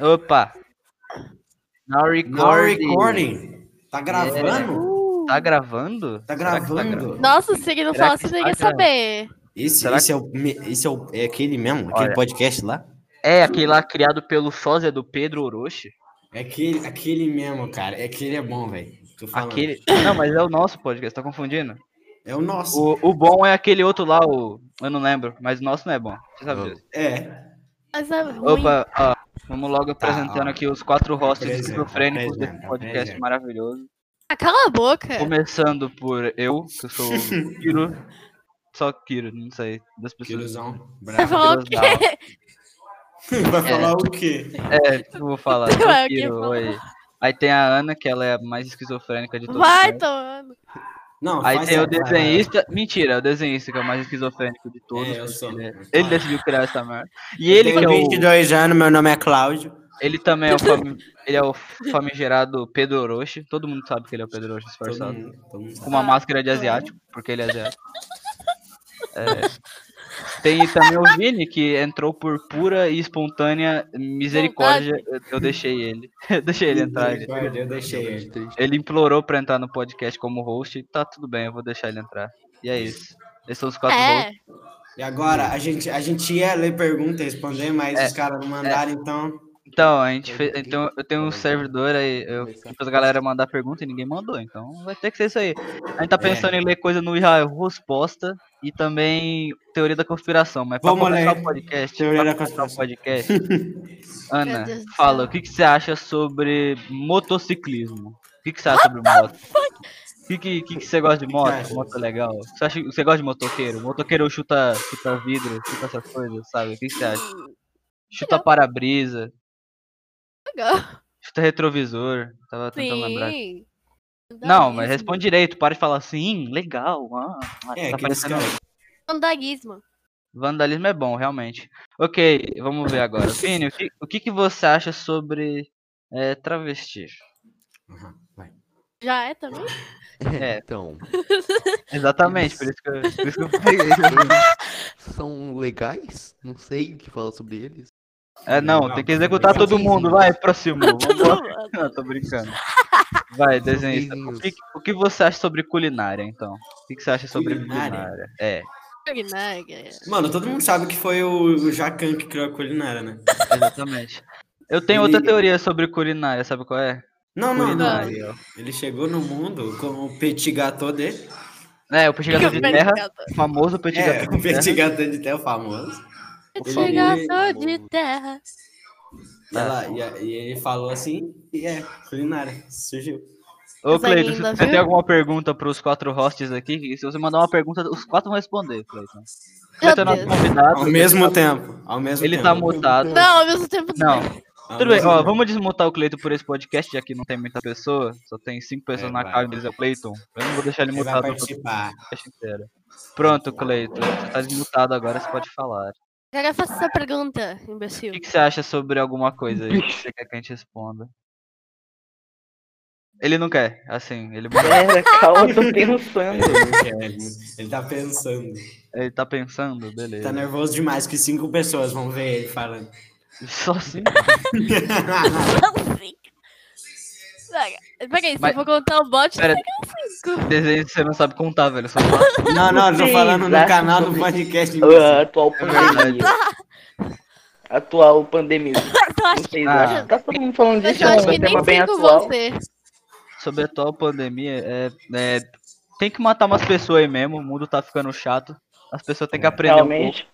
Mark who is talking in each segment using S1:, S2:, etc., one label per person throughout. S1: Opa! Now Tá recording.
S2: Now recording. Tá gravando?
S1: Tá gravando?
S2: Tá
S1: Será que tá
S2: gravando?
S3: Nossa, se ele não
S1: Será
S3: falar
S1: que
S3: assim, ninguém ia
S1: está
S3: saber.
S2: Esse,
S1: Será
S2: esse é o, me- esse é, o- é aquele mesmo? Aquele
S1: Olha.
S2: podcast lá?
S1: É, aquele lá criado pelo sósia do Pedro Orochi.
S2: É aquele, aquele mesmo, cara. É aquele é bom, velho. Tô falando.
S1: Aquele... Não, mas é o nosso podcast, tá confundindo?
S2: É o nosso.
S1: O, o bom é aquele outro lá, o... eu não lembro, mas o nosso não é bom. Você sabe disso.
S2: É.
S3: Mas é ruim.
S1: Opa, ó, vamos logo apresentando
S2: Tá, ó. Tá
S1: aqui os quatro hosts
S2: Apresenta,
S1: esquizofrênicos desse
S2: apresenta,
S1: podcast
S2: apresenta.
S1: maravilhoso.
S3: Ah, cala a
S2: É.
S3: boca.
S1: Começando por eu, que eu sou o Kiro. Só Kiro, não sei, das
S2: Que
S1: pessoas.
S2: ilusão.
S1: é
S3: Você
S2: Bravo.
S3: falou o quê?
S1: Deus
S2: Vai falar o quê?
S1: É, eu vou falar.
S3: Não, é o
S1: Sou
S3: que
S1: Kiro,
S3: fala.
S1: oi. Aí tem a Ana, que ela é a mais esquizofrênica de todos.
S3: Vai
S1: nós.
S3: tomando.
S2: Não,
S1: Aí
S2: faz
S1: tem o
S2: essa-
S1: desenhista. Mentira, é o desenhista que é o mais esquizofrênico de todos.
S2: É, eu sou.
S1: porque Ele, ele decidiu criar essa merda. E ele que é
S2: Tenho
S1: o,
S2: 22 anos, meu nome é Cláudio.
S1: ele também é o, fami- ele é o famigerado Pedro Orochi. Todo mundo sabe que ele é o Pedro Orochi
S2: Todo
S1: disfarçado.
S2: mundo- todo mundo
S1: Com uma máscara de asiático, porque ele é asiático. É. Tem também o Vini, que entrou por pura e espontânea misericórdia. Eu, eu deixei ele. Eu deixei ele entrar. Ele,
S2: Misericórdia, Eu deixei ele.
S1: É, ele implorou pra entrar no podcast como host. Tá tudo bem, eu vou deixar ele entrar. E é isso. Esses são os quatro hosts.
S3: É.
S2: E agora, a gente, a gente ia ler pergunta e responder, mas
S1: É,
S2: os caras não mandaram, então.
S1: Então, a gente
S4: Eu
S1: fez,
S4: tenho-
S1: então eu tenho um
S4: Peraí.
S1: servidor aí, eu
S4: Começar.
S1: fiz a galera mandar pergunta e ninguém mandou, então vai ter que ser isso aí. A
S2: É.
S1: gente tá pensando em ler coisa no Israel Resposta e também Teoria da Conspiração, mas pra
S2: Vamos
S1: começar
S2: ler.
S1: o podcast,
S2: Teoria
S1: pra
S2: da
S1: começar o
S2: Conspiração.
S1: podcast Ana,
S3: Meu Deus do
S1: fala,
S3: céu.
S1: o que, que você acha sobre motociclismo? O que, que você acha sobre moto? O que, que, que, que você gosta de
S2: que você
S1: moto?
S2: acha?
S1: Moto é legal. Você, acha, você gosta de motoqueiro? Motoqueiro chuta, chuta vidro, chuta essas coisas, sabe? O que, que você acha?
S3: Hum.
S1: Chuta para-brisa.
S3: Legal.
S1: Chuta retrovisor. Tava Tá tentando lembrar.
S3: Sim.
S1: Não, mas
S3: Andarismo.
S1: responde direito. Para de falar assim. Legal. Ah, ah,
S2: É,
S1: tá
S2: aqueles
S1: parecendo-
S2: caras.
S3: Andarismo.
S1: Vandalismo é bom, realmente. Ok, vamos ver agora. Vini, o que, o que, que você acha sobre é, travesti?
S2: Aham, vai.
S3: Já é também?
S1: É.
S4: Então,
S1: Exatamente, por isso que eu, por isso que eu falei.
S4: eles são legais? Não sei o que falar sobre eles.
S1: É, não,
S2: Não,
S1: tem que executar todo
S4: vandalismo.
S1: mundo. Vai, próximo. Vamos
S3: Todo mundo.
S1: Não, tô brincando. Vai, desenhista. O que, o que você acha sobre culinária, então? O que, que você acha sobre
S2: Culinária?
S1: culinária? É.
S3: Gnaga.
S2: Mano, todo mundo sabe que foi o o Jacan que criou a culinária, né?
S1: Exatamente. Eu tenho outra
S2: E-
S1: teoria sobre culinária, sabe qual é?
S2: Não, não, não.
S3: Culinária.
S2: Ele chegou no mundo como o petit gâteau dele.
S1: É, o petit gâteau de terra, o famoso petit
S2: É,
S1: gâteau
S2: o
S1: de terra.
S2: petit gâteau de terra famoso.
S1: Ele-
S3: Chegaçou de terra.
S2: E, ela- e a- e ele falou assim, e é, culinária, surgiu.
S1: Ô,
S3: Essa
S1: Cleiton,
S3: linda,
S1: você tem
S3: viu?
S1: alguma pergunta pros quatro hosts aqui? Que Se você mandar uma pergunta, os quatro vão responder, Cleiton.
S3: Meu
S1: Cleiton é nosso
S3: Deus.
S1: convidado.
S2: Ao mesmo tempo, tá- ao mesmo
S1: Ele
S2: tempo.
S1: tá mutado.
S3: Não, ao mesmo tempo
S1: Não.
S2: Ao
S1: Tudo bem,
S2: mesmo
S1: ó,
S2: tempo.
S1: vamos desmontar o Cleiton por esse podcast, já que não tem muita pessoa. Só tem cinco pessoas
S2: É,
S1: na
S2: vai.
S1: casa deles, é o Cleiton. Eu não vou deixar ele
S2: Ele vai
S1: mutado no podcast
S2: participar.
S1: inteiro. Pronto, Cleiton, você tá desmutado agora, você pode falar.
S3: Agora faça essa pergunta,
S1: O
S3: imbecil.
S1: que, que você acha sobre alguma coisa aí que você quer que a gente responda? Ele não quer, assim,
S5: É.
S1: ele,
S5: Pera, calma, eu tô pensando.
S2: É, Ele não quer, ele- ele tá pensando.
S1: ele tá pensando,
S2: Tá
S1: beleza.
S2: nervoso demais que cinco pessoas vão ver ele falando.
S1: Só assim.
S3: Droga. Peraí, se
S1: Mas-
S3: eu vou contar o bot,
S1: Pera.
S3: cinco.
S1: Desenho que você não sabe contar, velho. Só fala.
S2: Não, não, eu tô
S5: Sim,
S2: falando no
S5: exato.
S2: canal do podcast.
S5: Ah, atual
S1: verdade.
S5: pandemia. Atual pandemia.
S3: Eu
S5: Não
S3: acho que
S5: sei,
S1: Ah.
S5: acho que tá todo mundo falando
S3: Mas
S5: disso,
S3: eu
S5: é
S3: acho
S5: um
S3: que nem
S5: tema bem
S3: cinco
S5: atual.
S3: vão ser.
S1: Sobre a atual pandemia, é, é, tem que matar umas pessoas aí mesmo. O mundo tá ficando chato. As pessoas têm que aprender um pouco.
S5: É, Realmente.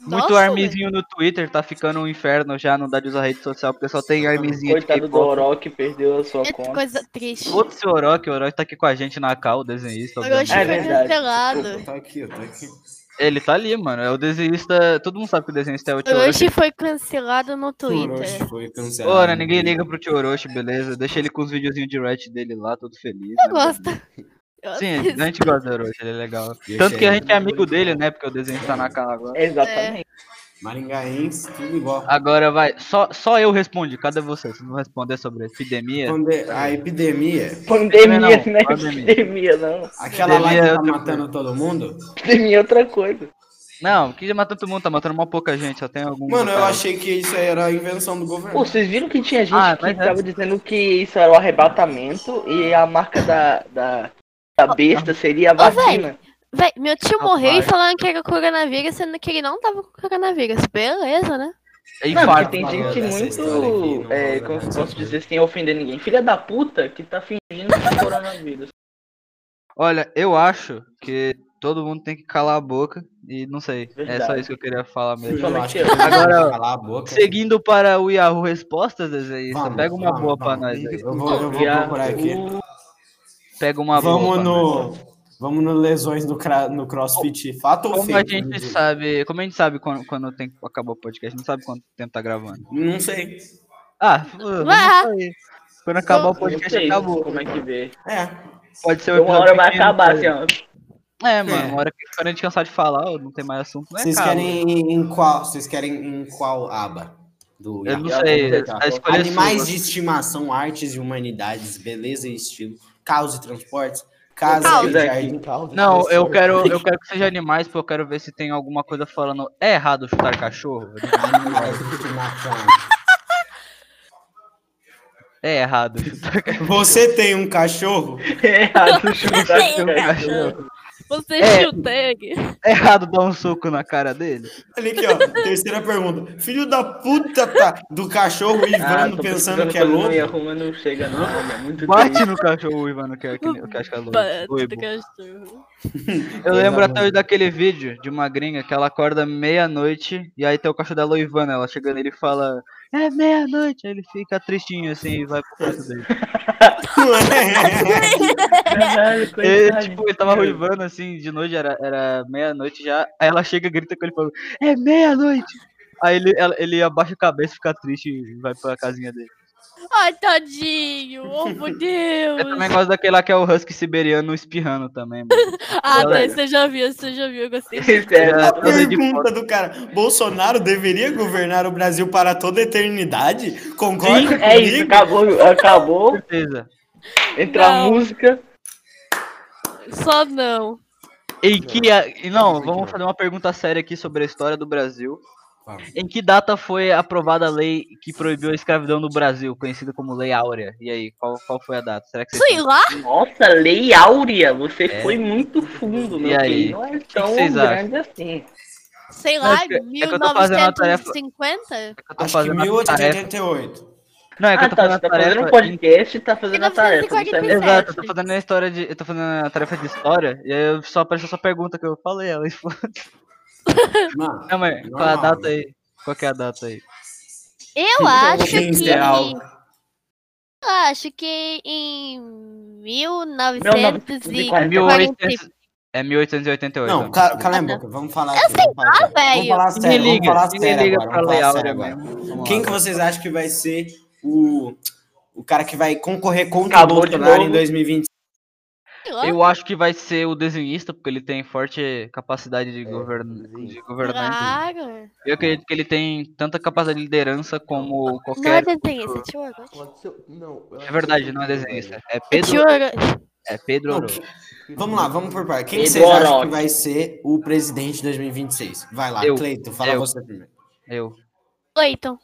S1: Muito
S3: Nossa,
S1: armizinho no Twitter, tá ficando um inferno já, não dá de usar rede social, porque só tem armizinho de
S5: Coitado do
S1: K-pop.
S5: Orochi perdeu a sua
S3: velho, Que
S5: conta.
S3: coisa triste.
S1: Outro seu Orochi, o Orochi tá aqui com a gente na cal, o desenhista.
S3: Agora
S1: obviamente.
S3: foi
S5: É verdade.
S3: cancelado.
S2: Eu tô tá aqui, eu tô aqui.
S1: Ele tá ali, mano. É o desenhista. Todo mundo sabe que o desenhista é o Tioroshi.
S3: Hoje foi cancelado no Twitter.
S2: Orochi foi cancelado.
S1: Ora, ninguém liga pro Tioroshi, beleza? Deixa ele com os videozinhos de Ratch dele lá, todo feliz. né?
S3: Eu gosto. Eu
S1: Sim,
S3: assisto.
S1: a gente gosta do Orochi, ele é legal.
S2: E
S1: Tanto que a
S2: achei-
S1: gente é amigo dele, né? Porque o desenho tá na cara agora.
S5: Exatamente.
S2: Maringaense, tudo igual.
S1: Agora vai. Só, só eu respondo, cadê você? Vocês não vão responder sobre a epidemia?
S2: Quando é- a epidemia,
S5: Pandemia
S1: Não, não,
S5: não é
S1: pandemia.
S5: pandemia, não.
S2: aquela lá
S1: Epidemia é
S2: que tá
S1: outra
S2: matando todo mundo,
S5: Pandemia é outra coisa.
S1: Não, que já matou todo mundo, tá matando mal pouca gente, só tem algum.
S2: Mano, eu
S1: cara.
S2: achei que isso aí era a invenção do
S5: Pô,
S2: governo.
S5: vocês viram que tinha gente
S1: Ah,
S5: que
S1: mas
S5: tava
S1: antes-
S5: dizendo que isso era o arrebatamento e a marca da, da, da besta seria a
S3: Ô, véi.
S5: vacina.
S3: Véi, meu tio morreu e
S1: Rapaz.
S3: falando que era coronavírus, sendo que ele não tava com coronavírus. Beleza, né?
S1: É
S5: Não,
S1: infarto.
S5: porque tem
S6: mano,
S5: gente
S6: dessa história aqui,
S5: muito.
S6: não
S5: É,
S6: rola,
S5: como
S6: né?
S5: eu posso dizer sem ofender ninguém? Filha da puta que tá fingindo que é coronavírus.
S1: Olha, eu acho que todo mundo tem que calar a boca e não sei. É só
S5: Verdade.
S1: isso que eu queria falar mesmo.
S5: Principalmente
S6: acho que
S5: eu.
S6: eu vou
S1: é. Agora,
S6: calar a boca.
S1: Seguindo para o Yahoo Respostas, Zezé,
S6: Vamos,
S1: pega uma
S6: vamos,
S1: boa pra
S6: vamos.
S1: nós aí.
S2: Eu vou, eu vou
S5: E a-
S2: procurar aqui.
S5: o-
S1: Pega uma boa.
S2: Vamos
S1: pra nós.
S2: no. Vamos no lesões no, cra- no crossfit. Fato ou
S1: Como a
S2: fake?
S1: gente
S2: me diga?
S1: sabe. Como a gente sabe quando, quando tem, acabou o podcast, não sabe quanto tempo tá gravando.
S2: Não sei.
S1: Ah, f- não
S3: Ah.
S1: sei. Quando acabar o
S5: eu não
S1: podcast,
S5: sei
S1: acabou. tá
S5: Como é que vê?
S2: É.
S1: Pode ser o
S5: Então uma hora
S1: episódio
S5: vai
S1: pequeno,
S5: acabar,
S1: pode-
S5: assim, ó.
S1: É, mano,
S2: É.
S1: uma hora que quando a gente cansar de falar, ou não tem mais assunto, não é
S2: Vocês
S1: caro.
S2: querem em qual? Vocês querem em qual aba? Do
S1: Eu não
S2: Yahoo?
S1: sei,
S5: Tá.
S1: a escolha é
S2: Animais
S1: sua.
S2: de estimação, artes e humanidades, beleza e estilo, caos e transportes, casa
S3: Caos.
S2: e jardim.
S1: Não, eu quero, eu quero que seja animais, porque eu quero ver se tem alguma coisa falando é errado chutar cachorro.
S2: Animais de estimação.
S1: É errado chutar cachorro.
S2: Você tem um cachorro?
S5: É errado chutar
S3: Tem um
S5: seu
S3: cachorro.
S5: cachorro.
S3: Você
S1: É.
S3: chuta ele.
S1: É errado dar um soco na cara dele.
S2: Olha aqui, ó. Terceira pergunta. Filho da puta tá do cachorro
S5: Ah,
S2: Ivano
S5: tô
S2: pensando
S5: pensando
S2: que é louco.
S5: E a Roma não chega, não. mano, É muito
S1: Bate
S5: triste.
S1: no cachorro, Ivan, que, é- que, nem- que acho que é loibo.
S3: Bate
S1: Loibo.
S3: do cachorro.
S1: Eu lembro até hoje daquele vídeo de uma gringa que ela acorda meia-noite e aí tem o cachorro dela, Ivana, ela chega nele e fala é meia-noite, aí ele fica tristinho assim e vai pro quarto dele.
S2: é?
S5: Caralho,
S1: E,
S5: coitado.
S1: É, tipo, ele tava ruivando assim, de noite, era, era meia-noite já. Aí ela chega e grita com ele falando, é meia-noite! Aí ele, ela- ele abaixa a cabeça, fica triste e vai pra casinha dele.
S3: Ai, tadinho. Oh, meu Deus.
S1: Eu também gosto daquele lá que é o Husky siberiano espirrando também, mano.
S3: Ah, tá,
S1: Galera.
S3: você já viu, você já viu. Eu gostei.
S5: Isso é
S1: Era
S2: A
S1: toda de foto.
S2: pergunta do cara: Bolsonaro deveria governar o Brasil para toda a eternidade? Concorda
S5: Sim, é isso,
S2: comigo?
S5: acabou, acabou.
S1: certeza.
S5: Entra a
S3: Não.
S5: música.
S3: Só não.
S1: Em que. a- e Não, vamos fazer uma pergunta séria aqui sobre a história do Brasil.
S2: Vamos.
S1: Em que data foi aprovada a lei que proibiu a escravidão no Brasil, conhecida como Lei Áurea? E aí, qual, qual foi a data? Será que vocês
S3: Sei lá.
S5: Nossa, Lei Áurea, você foi muito fundo, meu
S1: É. E aí?
S5: filho. Não é tão
S1: vocês
S5: grande assim.
S3: Sei
S1: Não,
S3: lá,
S1: é que- é que eu tô fazendo uma tarefa.
S3: 1950?
S1: eu tô
S2: Acho que
S1: fazendo a tarefa?
S2: 1888.
S1: Não, é que
S5: ah,
S1: eu tô
S5: tá, você
S1: fazendo
S5: tá
S1: a
S5: fazendo um
S1: tarefa em
S5: podcast e tá fazendo a tarefa. é Não sabe
S3: 1947.
S5: nem-
S1: Exato, eu tô fazendo a história de. Eu tô fazendo a tarefa de história, e aí eu só apareceu essa pergunta que eu falei ela. e foi-
S2: Mano,
S1: Não, mas qual é a data aí? Qual que é a data aí?
S3: Eu
S1: então,
S3: acho
S2: Sim,
S3: que.
S1: é
S2: ideal.
S3: Eu acho que em 1940.
S5: 1940.
S1: É 1800 é 1888.
S2: Não,
S1: amor.
S2: ca calem a boca, vamos falar aqui. vamos falar aqui.
S3: velho.
S2: Vamos falar
S1: Ninguém
S2: sério, vamos
S1: liga,
S2: falar
S1: ninguém
S2: sério
S1: liga
S2: agora,
S1: pra
S2: vamos
S1: Lei
S2: falar sério
S1: Áurea
S2: agora.
S1: mesmo. Vamos
S2: Quem
S1: lá.
S2: que vocês acham que vai ser o, o cara que vai concorrer contra o
S5: Acabou de
S2: Bolsonaro
S5: novo.
S2: em 2020?
S3: Sei lá.
S1: Eu acho que vai ser o desenhista, porque ele tem forte capacidade
S5: É,
S1: de, govern...
S4: desenho.
S1: de
S3: Ah.
S1: governante.
S3: Claro.
S1: Eu acredito que ele tem tanta capacidade de liderança como
S3: Não é
S1: qualquer.
S3: desenhista, tio Ouro.
S4: Pode ser- Não, eu acho
S1: É verdade,
S4: que-
S1: não é desenhista. É
S3: Tio
S1: Pedro.
S3: Ouro.
S1: É Pedro.
S2: Não,
S1: Oro.
S2: que- vamos
S4: é
S2: lá, vamos por parte. Quem que
S5: Eduardo
S2: vocês acham que
S5: Roque.
S2: vai ser o presidente de 2026? Vai lá,
S1: Eu.
S2: Cleito, fala
S1: Eu.
S2: você primeiro.
S1: Eu.
S3: Cleiton.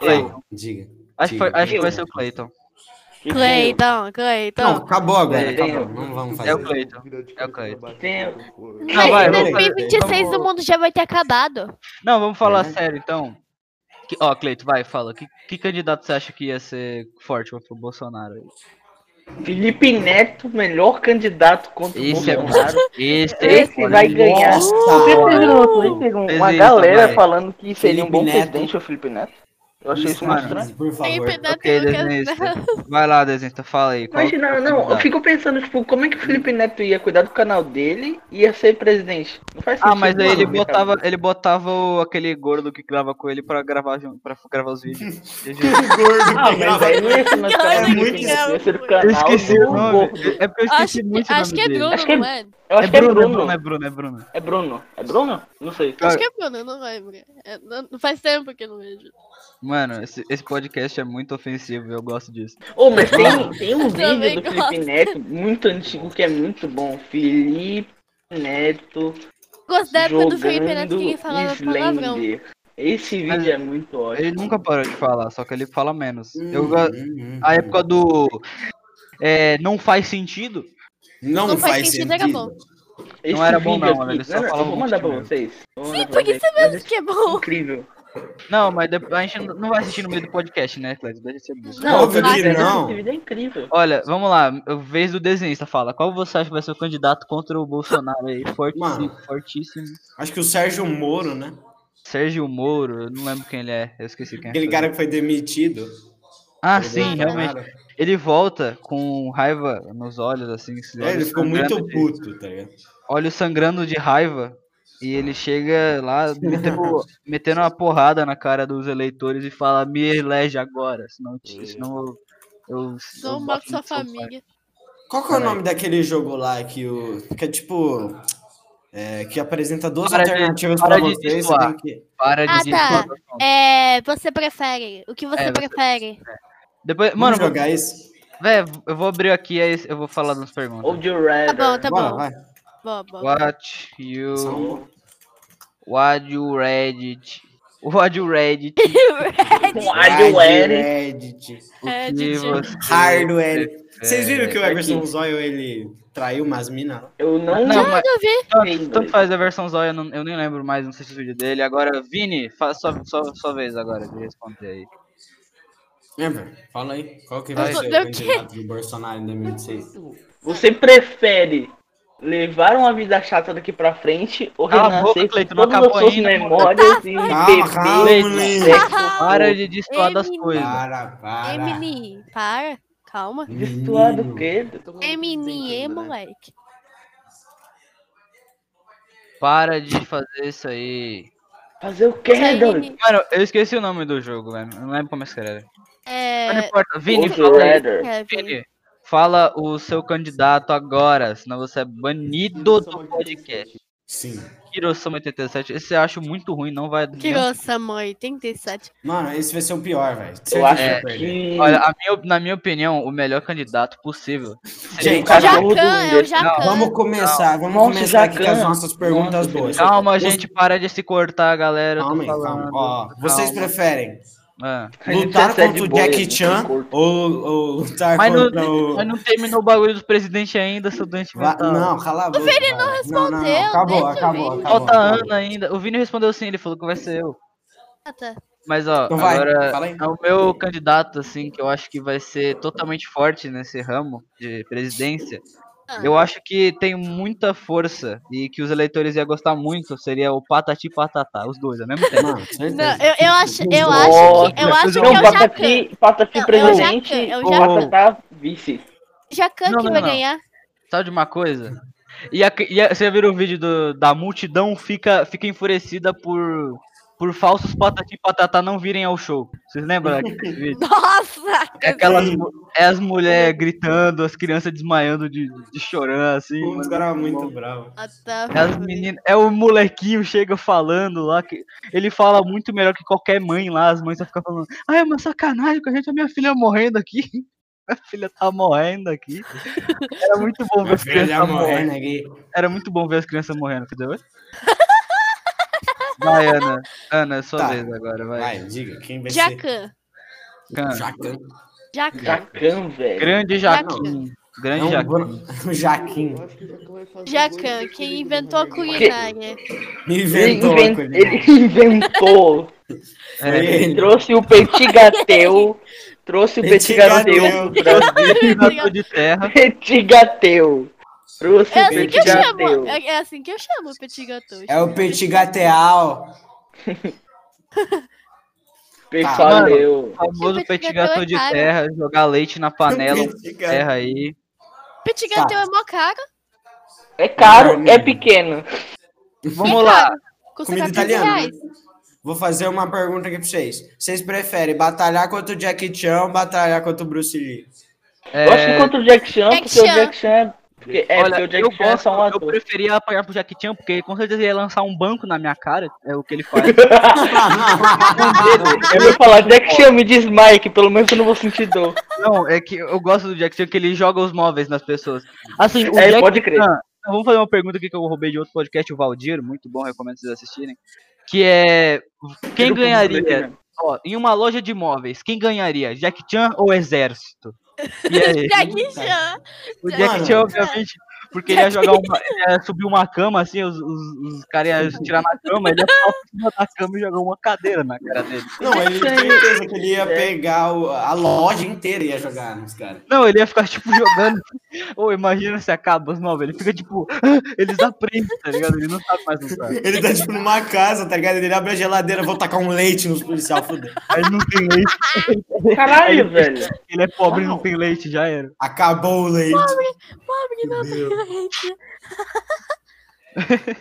S1: Eu.
S2: Vai, diga.
S1: Acho que, foi-
S2: Diga.
S1: acho que vai ser o Clayton.
S3: Cleiton,
S2: Não,
S3: Cleiton.
S2: acabou agora,
S1: Cleiton.
S2: acabou. Não vamos fazer.
S1: É o Cleiton. É o Cleiton.
S4: né?
S3: Em
S1: Não, vai, vamos fazer.
S3: 2026 o mundo já vai ter acabado.
S1: Não, vamos falar
S5: É.
S2: Verdade.
S1: sério, então. Que- Ó, Cleito, vai, fala. Que, que candidato você acha que ia ser forte contra o Bolsonaro?
S5: Felipe Neto, melhor candidato contra o
S1: Esse é
S5: Bolsonaro.
S1: Esse,
S5: Esse vai ganhar.
S2: Nossa,
S5: Vocês
S3: é
S2: olha.
S5: viram no Twitter uma
S1: Existe,
S5: galera
S1: vai.
S5: falando que seria um
S2: Felipe
S5: bom
S2: Neto.
S5: presidente o Felipe Neto. Eu achei isso muito
S1: Mano,
S5: estranho.
S2: Por favor.
S3: Sempre dá
S1: Ok,
S3: pelo que-
S1: desenhista. Vai lá, desenhista, fala aí. qual que é
S5: Imagina,
S1: o
S5: não, eu
S1: candidato?
S5: fico pensando, tipo, como é que o Felipe Neto ia cuidar do canal dele e ia ser presidente? Não faz
S1: Ah,
S5: sentido.
S1: mas aí
S5: mano,
S1: ele
S5: minha
S1: botava,
S5: cabeça.
S1: ele botava o- aquele gordo que grava com ele pra gravar, junto- pra gravar os vídeos.
S2: Gordo,
S5: Ah, mas aí não ia ser no canal
S3: É
S5: do
S2: muito
S5: Felipe Neto, ia ser
S3: estranho.
S5: no
S1: Eu
S5: canal
S1: esqueci o
S5: do
S1: nome.
S5: Gordo.
S1: É porque eu
S3: Acho,
S1: esqueci muito
S3: que-
S1: o nome
S3: acho que é
S1: dele.
S3: Bruno,
S5: Acho que é-
S3: não é?
S5: Eu acho
S1: É
S5: que é
S1: Bruno, é
S5: Bruno.
S1: Bruno, é Bruno, é Bruno.
S5: É Bruno. É Bruno? Não sei.
S3: Acho que é Bruno, não lembro. É, não, não faz tempo que eu não vejo.
S1: Mano, esse, esse podcast é muito ofensivo, eu gosto disso.
S5: Ô, mas tem, tem um
S3: Eu também
S5: vídeo do
S3: gosto.
S5: Felipe Neto muito antigo que é muito bom. Felipe Neto
S3: gosto da época do
S5: Jogando
S3: Felipe Neto que ninguém falava palavrão.
S5: Slender. Esse vídeo
S1: Mas
S5: é muito ótimo.
S1: Ele nunca parou de falar, só que ele fala menos. Eu,
S6: Hum,
S1: go-
S6: hum,
S1: a
S6: hum.
S1: época do. é, não faz sentido.
S2: Não,
S3: Não
S2: faz
S3: faz
S2: sentido.
S3: sentido, era bom.
S5: Esse
S1: era bom
S5: vídeo
S1: não,
S5: aqui-
S1: ele só
S5: eu
S1: falava
S5: Vou
S1: muito
S5: mandar pra
S1: mesmo.
S5: vocês. Vou mandar
S3: Sim,
S5: pra
S3: porque
S5: vocês.
S3: você
S5: Mas
S3: mesmo que é bom.
S5: Incrível.
S1: Não, mas depois- a gente não vai assistir no meio do podcast, né, Clédio? Deixa ser burro.
S3: Não,
S2: Óbvio
S3: claro
S2: que
S3: que
S2: não.
S5: Esse vídeo é incrível.
S1: Olha, vamos lá, vez do desenhista fala. Qual você acha que vai ser o candidato contra o Bolsonaro aí? Fortíssimo,
S2: Mano.
S1: fortíssimo.
S2: Acho que o Sérgio Moro, né?
S1: Sérgio Moro, eu não lembro quem ele é, eu esqueci quem
S2: Aquele
S1: é.
S2: cara que foi demitido.
S1: Ah,
S2: pelo
S1: sim,
S2: Bolsonaro.
S1: realmente. Ele volta com raiva nos olhos, assim. esses
S2: É, ele
S1: olhos
S2: ficou muito
S1: sangrando de-
S2: puto, tá ligado?
S1: olhos sangrando de raiva. E ele chega lá metendo, metendo uma porrada na cara dos eleitores e fala: me elege agora, senão, te- senão eu. eu
S3: Não
S1: eu boto
S3: mato um sua
S1: no seu pai."
S3: família.
S2: Qual que é o
S1: Caralho.
S2: nome daquele jogo lá que o. Que é tipo. é, que apresenta duas
S1: Para de-
S2: alternativas
S1: para
S2: pra
S1: de
S2: você. você
S1: zoar.
S2: tem que...
S1: Para de
S3: Ah,
S1: dizer
S3: tá.
S1: que-
S3: É, você prefere? O que você
S1: É, você-
S3: prefere? Tá
S1: Depois, mano,
S2: Mano, Vamos jogar isso?
S1: Vé, eu vou abrir aqui aí eu vou falar das perguntas.
S5: Old Red.
S3: Tá bom, tá
S2: Bora,
S3: bom.
S2: vai. um
S3: Bom, bom.
S1: What you what you Reddit? What you Reddit?
S3: tá
S5: Com Alho Eric.
S2: Reddit.
S1: O
S3: É,
S1: que
S3: Didi.
S1: você
S2: Hardware.
S1: É,
S2: Vocês viram que o
S5: aqui.
S2: Everson Zóio, ele traiu umas minas lá?
S5: Eu não,
S1: Não, mas
S3: Eu vi.
S1: tanto-
S5: sei,
S1: tanto
S5: doido.
S1: faz a versão zóia, eu, não- eu nem lembro mais, não sei se o vídeo dele. Agora, Vini, faz sua, sua, sua vez agora de responder aí.
S2: Lembra? Fala aí. Qual que
S3: Eu
S2: vai
S3: sou-
S2: ser o
S3: deu o quê?
S2: candidato do Bolsonaro em 2026?
S5: Você prefere levar uma vida chata daqui pra frente ou
S1: Cala a boca,
S5: renascer
S1: Cleiton,
S5: com
S1: não
S5: todas as
S1: acabou
S5: suas
S1: ainda.
S5: memórias e
S3: Tá
S2: Calma,
S5: beber
S2: calma,
S5: sexo,
S2: moleque.
S1: Para de destoar
S3: Ei,
S1: das
S3: menino.
S1: coisas.
S2: Para,
S3: Ei,
S2: para.
S3: menino, para. Calma.
S5: Destoado o
S2: Menino.
S5: quê?
S4: Então,
S3: Ei,
S4: é, né?
S3: menino, ei, moleque.
S1: Para de fazer isso aí.
S5: Fazer o quê,
S3: Ei,
S5: doido?
S3: menino.
S1: Mano, eu esqueci o nome do jogo, velho. Eu Não lembro como escreve. Mas Não
S3: É.
S1: importa. Vini,
S5: Old
S1: fala aí.
S5: Redder.
S3: é, Vini.
S1: Vini, fala o seu candidato agora, senão você é banido do podcast.
S2: Sim.
S1: Kirosama 87, esse eu acho muito ruim, não vai.
S3: Que grossa, mãe. 37.
S2: Mano, esse vai ser o pior, velho.
S5: Eu acho
S1: É.
S2: que...
S5: que...
S1: Olha, a minha- na minha opinião, o melhor candidato possível.
S2: Gente,
S5: Tá todo mundo
S3: Jacan, é o
S5: desse-
S3: Jacan.
S2: Vamos começar, vamos
S5: Nossa,
S2: começar aqui com
S5: Jacan.
S2: as nossas perguntas
S5: Nossa,
S2: boas.
S1: Calma,
S2: Os-
S1: gente, para de se cortar, galera. eu tô
S2: Calma aí, calma.
S1: falando.
S2: Ó, vocês
S1: Calma. é.
S2: preferem
S1: Ah.
S2: lutar
S5: Isso é
S2: contra
S5: de
S2: o
S5: boa,
S2: Jack
S5: né?
S2: Chan ou, ou lutar
S1: Mas,
S2: contra
S1: não,
S2: o.
S1: mas não terminou o bagulho dos presidentes ainda, seu doente
S2: Va-
S1: mental.
S2: Não, tá cala a boca. O Vini não respondeu. Não,
S3: respondeu,
S2: Acabou,
S3: deixa o
S2: acabou,
S3: Vini.
S2: acabou.
S1: Falta
S2: acabou.
S1: Ana ainda. O Vini respondeu sim, ele falou que vai ser eu.
S3: Ah, tá.
S1: Mas ó,
S2: Então vai,
S1: agora
S2: fala aí.
S1: é o meu candidato, assim, que eu acho que vai ser totalmente forte nesse ramo de presidência.
S3: Ah.
S1: Eu acho que tem muita força e que os eleitores iam gostar muito, seria o Patati e Patatá, os dois ao mesmo tempo.
S2: Mano, certeza.
S3: Não, eu, eu acho, eu
S5: Nossa.
S3: acho que, eu acho que é
S5: Não,
S3: o Jacan.
S5: Patati, Patati
S3: Não, é o
S5: presidente,
S3: Jacan, é o
S1: Jacan.
S5: Patatá tá, vice.
S3: Jacan
S1: Não,
S3: que
S1: não,
S3: vai
S1: não.
S3: ganhar.
S1: Sabe de uma coisa? E, a, e a- você viu o vídeo do- da multidão fica, fica enfurecida por, por falsos Patati e Patatá não virem ao show. Vocês lembram daquele vídeo?
S3: Nossa!
S1: É Aquelas, mu- é as mulheres gritando, as crianças desmaiando de, de chorando, assim. mano.
S2: Os caras muito bravos.
S3: Ah, tá,
S1: É As
S3: foi.
S1: meninas, é o molequinho chega falando lá que ele fala muito melhor que qualquer mãe lá. As mães só ficam falando: "Ah, é uma sacanagem com a gente, a minha filha morrendo aqui. Minha filha tá morrendo aqui". Era muito bom ver
S2: Minha
S1: as
S2: filha
S1: crianças
S2: já
S1: morrendo.
S2: morrendo aqui.
S1: Era muito bom ver as crianças morrendo, entendeu? Vai, Ana. Ana, é sua
S2: Tá.
S1: vez agora, vai.
S2: Vai, diga, quem vai ser?
S3: Jacan.
S1: Can.
S2: Jacan.
S3: Jacan.
S5: Jacan, velho.
S1: Grande Jaquim.
S2: É
S1: Grande
S2: um
S1: Jaquim.
S2: bro- Jaquim.
S3: Jacan,
S4: né?
S3: quem inventou a né? culinária.
S5: Ele,
S2: Inventou a
S5: inven-
S2: culinária.
S5: ele inventou,
S1: É,
S2: Ele-
S5: ele trouxe o petit gâteau, trouxe o
S2: Petit
S5: petit gâteau
S2: gâteau.
S5: pro Brasil,
S1: gato de terra.
S5: petit gâteau, trouxe
S3: É
S5: o
S3: assim que eu
S5: petit
S3: chamo.
S5: gâteau.
S3: É é assim que eu chamo o petit gâteau.
S2: É o Petit Gateal.
S5: Pessoal,
S1: Ah, mano.
S5: eu...
S1: Famoso
S3: Petit
S1: petit
S3: gâteau
S1: gato
S3: é
S1: de
S3: caro.
S1: terra, jogar leite na panela, É.
S2: Petit Gâteau.
S1: terra aí.
S3: Petit gâteau é mó caro.
S5: É caro, é pequeno.
S1: Vamos lá.
S3: Custa
S2: Comida
S3: 14
S2: italiana,
S3: reais.
S2: Vou fazer uma pergunta aqui pra vocês. Vocês preferem batalhar contra o Jack Chan ou batalhar contra o Bruce Lee?
S5: Eu acho que
S1: É,
S5: contra o Jack Chan,
S3: Jack
S5: porque o
S3: Chan.
S5: Jack Chan é... Porque, é,
S1: olha,
S5: porque o Jack
S1: eu,
S5: Chan é
S1: gosto,
S5: só um
S1: eu
S5: ator.
S1: preferia apanhar pro Jack Chan, porque com certeza ele ia lançar um banco na minha cara, é o que ele faz.
S2: Ah,
S5: Eu vou falar, Jack Chan, me diz Mike, pelo menos eu não vou sentir dor.
S1: não, é que eu gosto do Jack Chan, que ele joga os móveis nas pessoas. Assim, o
S5: É,
S1: Jack
S5: pode crer.
S1: Chan, Então, vamos fazer uma pergunta aqui que eu roubei de outro podcast, o Valdir, muito bom, recomendo vocês assistirem. Que é. Quem ganharia? Ó, em uma loja de imóveis, quem ganharia? Jack Chan ou Exército? E aí?
S3: Jack Chan.
S1: O Jack Chan, obviamente, porque ele ia jogar uma. Ele ia subir uma cama, assim, os, os, os caras iam tirar na cama, ele ia só em cima da cama e jogar uma cadeira na cara dele.
S2: Não, ele tem certeza que ele ia pegar o- a loja inteira e ia jogar nos caras.
S1: Não, ele ia ficar, tipo, jogando. Ou imagina se acaba os móveis. Ele fica, tipo, eles aprendem, tá ligado? Ele não sabe mais usar.
S2: Ele tá, tipo, numa casa, tá ligado? Ele abre a geladeira, vou tacar um leite nos policial, fudeu.
S1: Aí não tem leite,
S5: Caralho, velho.
S1: ele é pobre e não tem leite, já era.
S2: Acabou o leite.
S3: Pobre não tem leite.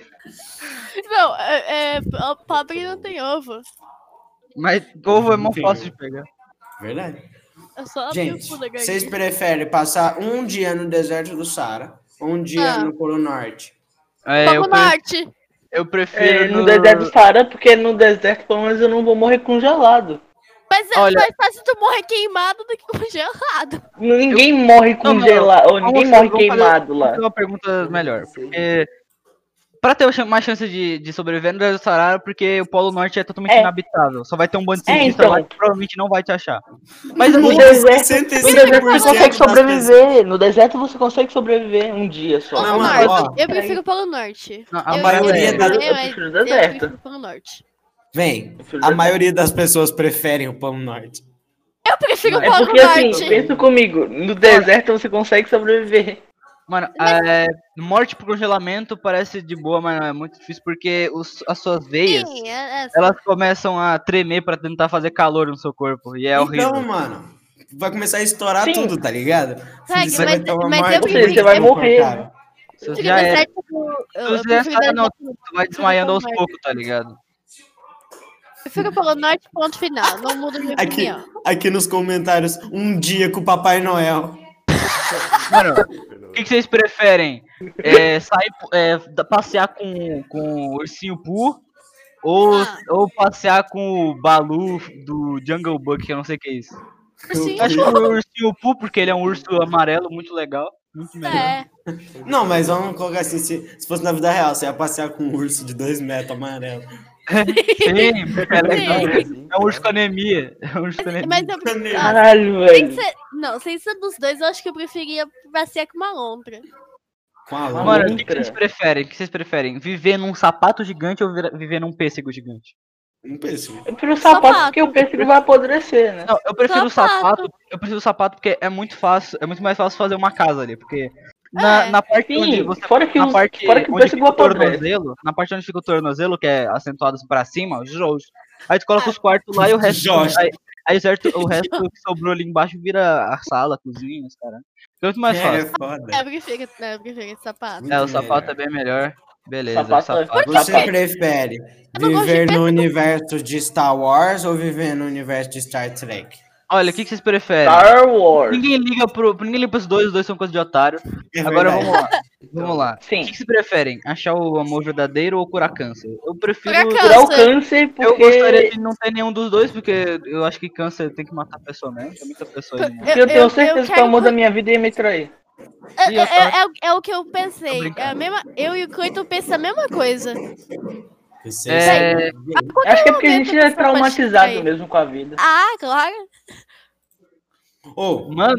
S3: Não, é, é, ó, pobre não tem ovo.
S1: Mas ovo é mó
S2: Enfim.
S1: fácil de pegar.
S2: Verdade.
S3: É só abrir
S2: Gente,
S3: o cu da galinha.
S2: vocês preferem passar um dia no deserto do Saara ou um dia
S3: Ah.
S2: no Polo Norte?
S1: É, eu,
S3: Vamos
S1: pre-
S3: norte.
S1: eu prefiro.
S5: É, no
S1: no-
S5: deserto do Saara, porque no deserto, pelo menos, eu não vou morrer congelado.
S3: Mas é
S1: Olha-
S3: mais fácil tu morrer queimado do que congelado.
S5: Ninguém morre
S1: Não, não,
S5: congelado, ou
S1: vamos-
S5: ninguém morre
S1: vamos fazer-
S5: queimado
S1: Vou
S5: lá.
S1: fazer uma pergunta melhor.
S4: Sei.
S1: Porque. Pra ter chan- mais chance de, de sobreviver no deserto do Saara, porque o Polo Norte é totalmente
S5: É.
S1: inabitável. Só vai ter um bando de
S5: É,
S1: cientistas
S5: então.
S1: lá que provavelmente não vai te achar.
S5: Mas no
S2: Nossa,
S5: deserto,
S2: 65%
S5: no deserto você
S2: das
S5: consegue
S2: pessoas-
S5: sobreviver. No deserto você consegue sobreviver um dia só.
S2: Não,
S3: Polo
S2: mas,
S3: norte.
S2: ó.
S3: Ah,
S2: é
S3: eu prefiro pelo norte.
S1: A- a é,
S3: eu,
S1: maioria
S3: eu,
S2: das-
S3: eu,
S5: Eu prefiro o deserto.
S3: prefiro pelo norte.
S2: Vem,
S5: Eu prefiro
S2: a
S5: deserto.
S2: maioria das pessoas preferem o Polo Norte.
S3: Eu prefiro
S5: É
S3: pelo
S5: porque assim,
S3: norte.
S5: pensa comigo, no deserto você consegue sobreviver.
S1: Mano, é, morte por congelamento parece de boa, mas não é muito difícil porque os- as suas veias
S3: Sim, é, é,
S1: elas começam a tremer pra tentar fazer calor no seu corpo e é horrível.
S2: Então, mano, vai começar a estourar
S5: Sim.
S2: tudo, tá ligado?
S3: Segue,
S2: Você
S3: mas-
S2: vai ter uma
S3: mas é eu
S2: morte
S3: prefiro-
S2: muito
S5: Você vai
S2: boa,
S5: morrer.
S2: cara.
S1: Isso
S3: eu prefiro
S1: já é,
S3: deserto pelo- eu-
S1: Os
S3: eu
S1: desertos
S3: prefiro
S1: não-
S3: deserto
S1: tu vai desmaiando aos
S3: Norte.
S1: poucos, tá ligado?
S3: Eu fico pelo norte, ponto final. Não muda minha
S2: Aqui,
S3: opinião.
S2: aqui nos comentários, um dia com o Papai Noel.
S1: Mano, o que, que vocês preferem? É, sair, é, da- passear com, com o ursinho Pooh ou,
S3: Ah.
S1: ou passear com o Balu do Jungle Book, que eu não sei o que é isso.
S3: Ursinho,
S1: Acho que o ursinho Pooh, porque ele é um urso amarelo muito legal. Muito melhor.
S3: é.
S2: Não, mas vamos colocar assim, se, se fosse na vida real, você ia passear com um urso de dois metros amarelo.
S1: Sim, porque é legal.
S4: Sim,
S1: É um urso com anemia. É um urso com anemia.
S3: Mas eu prefiro. ah,
S5: Caralho,
S3: sem
S5: velho.
S3: ser- não, sem ser dos dois, eu acho que eu preferia passear com uma lontra.
S2: Com a lua.
S1: Mano, o que que vocês preferem? O que vocês preferem? Viver num sapato gigante ou vira- viver num pêssego gigante?
S2: Um pêssego.
S5: Eu prefiro sapato
S3: Sapato.
S5: porque o pêssego vai apodrecer, né?
S1: Não, eu prefiro o
S3: Sapato.
S1: sapato. Eu prefiro o sapato porque é muito fácil, é muito mais fácil fazer uma casa ali, porque na,
S3: É,
S1: na parte
S5: sim,
S1: onde você
S5: fora que
S1: na
S5: os-
S1: parte
S5: fora que o
S1: onde
S5: pêssego
S1: fica o
S5: apodrece.
S1: tornozelo, na parte onde fica o tornozelo, que é acentuado assim pra cima, os jogos. Aí tu coloca os quartos lá e o resto
S2: Jorge.
S1: aí, aí certo, o resto que sobrou ali embaixo vira a sala, a cozinha, os caras. É muito mais
S2: É,
S1: fácil.
S2: é foda.
S3: Eu prefiro, né, eu prefiro esse sapato.
S1: É, o
S2: muito
S1: sapato
S2: melhor.
S1: é bem melhor. Beleza, o
S5: Sapato é-
S1: sapato.
S2: Você
S5: Sapato.
S2: prefere
S3: não gosto de
S2: viver
S3: pêssego.
S2: no universo de Star Wars ou viver no universo de Star Trek?
S1: Olha, o que, que vocês preferem?
S5: Star Wars.
S1: Ninguém liga pro. Ninguém liga pros dois, os dois são coisa de otário.
S2: É
S1: Agora
S2: verdade.
S1: vamos lá. Vamos lá. O
S5: Sim.
S1: que, que vocês preferem? Achar o amor verdadeiro ou curar câncer? Eu prefiro.
S3: Curar câncer.
S5: Curar o câncer
S1: Eu
S5: porque
S1: gostaria de não ter nenhum dos dois, porque eu acho que câncer tem que matar a pessoa mesmo. Tem muita pessoa aí. né? no mundo.
S5: porque eu tenho
S3: eu
S5: certeza que tá o
S3: quero
S5: amor da minha vida ia me trair.
S3: É,
S1: E eu
S3: é-
S1: tava-
S3: é- é o- é o que eu
S1: Tô
S3: pensei. É
S1: brincando.
S3: a mesma, eu e o Coito pensamos a mesma coisa.
S2: Vocês-
S1: É,
S5: Eu acho que é porque a
S3: momento
S5: gente
S3: que
S5: é
S3: você pode
S5: traumatizado
S3: trair.
S5: mesmo com a vida.
S3: Ah, claro.
S2: Ô,
S1: mano,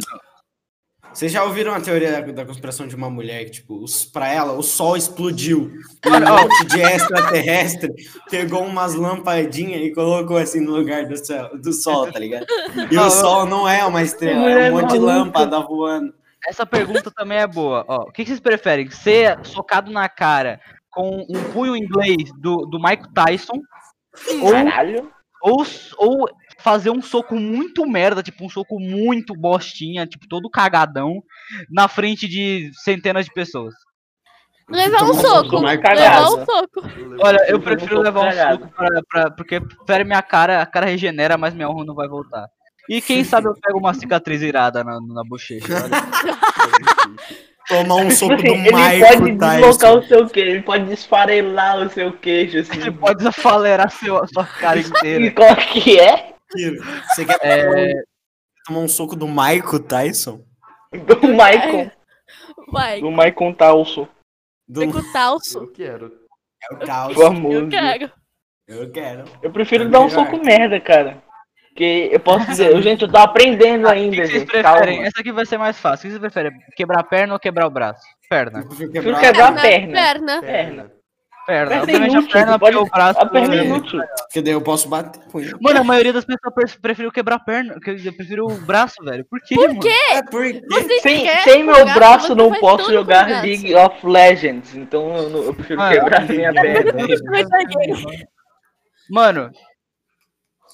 S2: vocês já ouviram a teoria da, da conspiração de uma mulher que, tipo, os, pra ela, o sol explodiu. E um monte de extraterrestre pegou umas lampadinhas e colocou assim no lugar do, céu, do sol, tá ligado? E o sol não é uma estrela, é um monte de lâmpada voando.
S1: essa pergunta também é boa. Ó, o que, que vocês preferem? Ser socado na cara com um punho inglês do, do Mike Tyson
S5: Caralho.
S1: ou, s- ou fazer um soco muito merda, tipo um soco muito bostinha, tipo todo cagadão, na frente de centenas de pessoas?
S3: Levar um
S2: Tomar-
S3: soco.
S2: Então, tomar
S3: Levar
S5: cagada.
S3: um soco.
S1: Olha, eu prefiro
S5: tô
S1: levar um
S5: cagado.
S1: soco pra, pra- porque fere minha cara, a cara regenera, mas minha honra não vai voltar. E quem sabe eu pego uma cicatriz irada na, na bochecha. olha.
S2: Tomar um
S5: Tipo
S2: soco
S5: assim,
S2: do
S5: ele pode
S2: Michael tá
S5: deslocar
S2: Tyson.
S5: o seu queijo, ele pode desfarelar o seu queijo, assim.
S1: Você pode desafalerar seu, sua cara inteira.
S5: E qual que é?
S2: Tiro. Você quer
S1: É,
S2: tomar um soco do Michael Tyson?
S5: Do tá Michael.
S3: Vai.
S5: Do Michael Talso.
S2: Do...
S3: Fica o Talso.
S4: Eu quero.
S2: É
S5: um
S2: o caos.
S5: Sua
S3: Eu
S5: música.
S3: quero.
S2: Eu quero.
S5: Eu prefiro dar um
S2: Melhor.
S5: soco merda, cara. Porque eu posso dizer, eu, gente, eu tô aprendendo
S1: O que
S5: ainda,
S1: que vocês
S5: gente. Calma.
S1: preferem? Essa aqui vai ser mais fácil. O que vocês preferem? Quebrar a perna ou quebrar o braço? Perna.
S2: Eu prefiro
S5: Prefiro
S2: quebrar.
S5: quebrar a perna.
S3: Perna.
S5: Perna.
S1: Perna.
S5: Perna é
S1: Obviamente a
S5: inútil,
S1: perna
S5: tu pode-
S1: porque o braço.
S5: A perna é
S2: Sim.
S5: inútil.
S2: Porque daí eu posso bater com ele.
S1: Mano, a maioria das pessoas pre- preferiu quebrar a perna. que Eu prefiro o braço, velho. Por quê?
S3: Por
S1: mano?
S3: quê?
S2: É porque.
S3: Você
S5: Sem,
S3: quer
S5: sem meu
S3: jogar,
S5: braço,
S3: você
S5: não
S3: faz
S5: posso
S3: tudo com o
S5: jogar
S3: braço.
S5: League of Legends. Então eu, não- eu prefiro
S1: Ah,
S5: quebrar minha perna.
S1: tá Mano.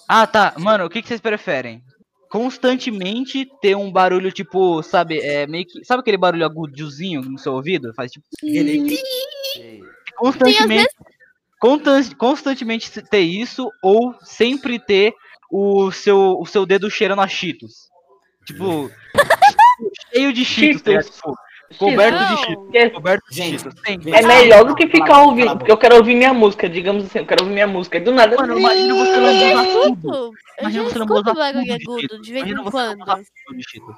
S1: Ah, tá. Mano, o que, que vocês preferem? Constantemente ter um barulho, tipo, sabe, é meio que. Sabe aquele barulho agudiozinho no seu ouvido? Faz tipo.
S2: Ele...
S4: Ei,
S1: Constantemente. constan- Constantemente se- ter isso, ou sempre ter o seu, o seu dedo cheirando a Cheetos. Tipo. cheio de Cheetos. tá ligado? Tipo, coberto de
S3: Não.
S1: Cheetos.
S5: Porque
S1: Coberto de
S2: Gente,
S1: Cheetos. um sempre.
S5: É melhor do que
S2: Cala
S5: ficar
S2: a
S5: ouvindo.
S2: boca.
S5: Porque eu quero ouvir minha música, digamos assim, eu quero ouvir minha música. E do nada.
S1: Mano, imagina você lambuzar tudo.
S3: Tudo. Eu
S1: Imagina
S3: já
S1: você não
S3: escuto
S1: usar
S3: bagulho
S1: tudo de
S3: agudo é de vez
S1: Imagina
S3: em
S1: você
S3: quando.
S1: usar tudo de Cheetos.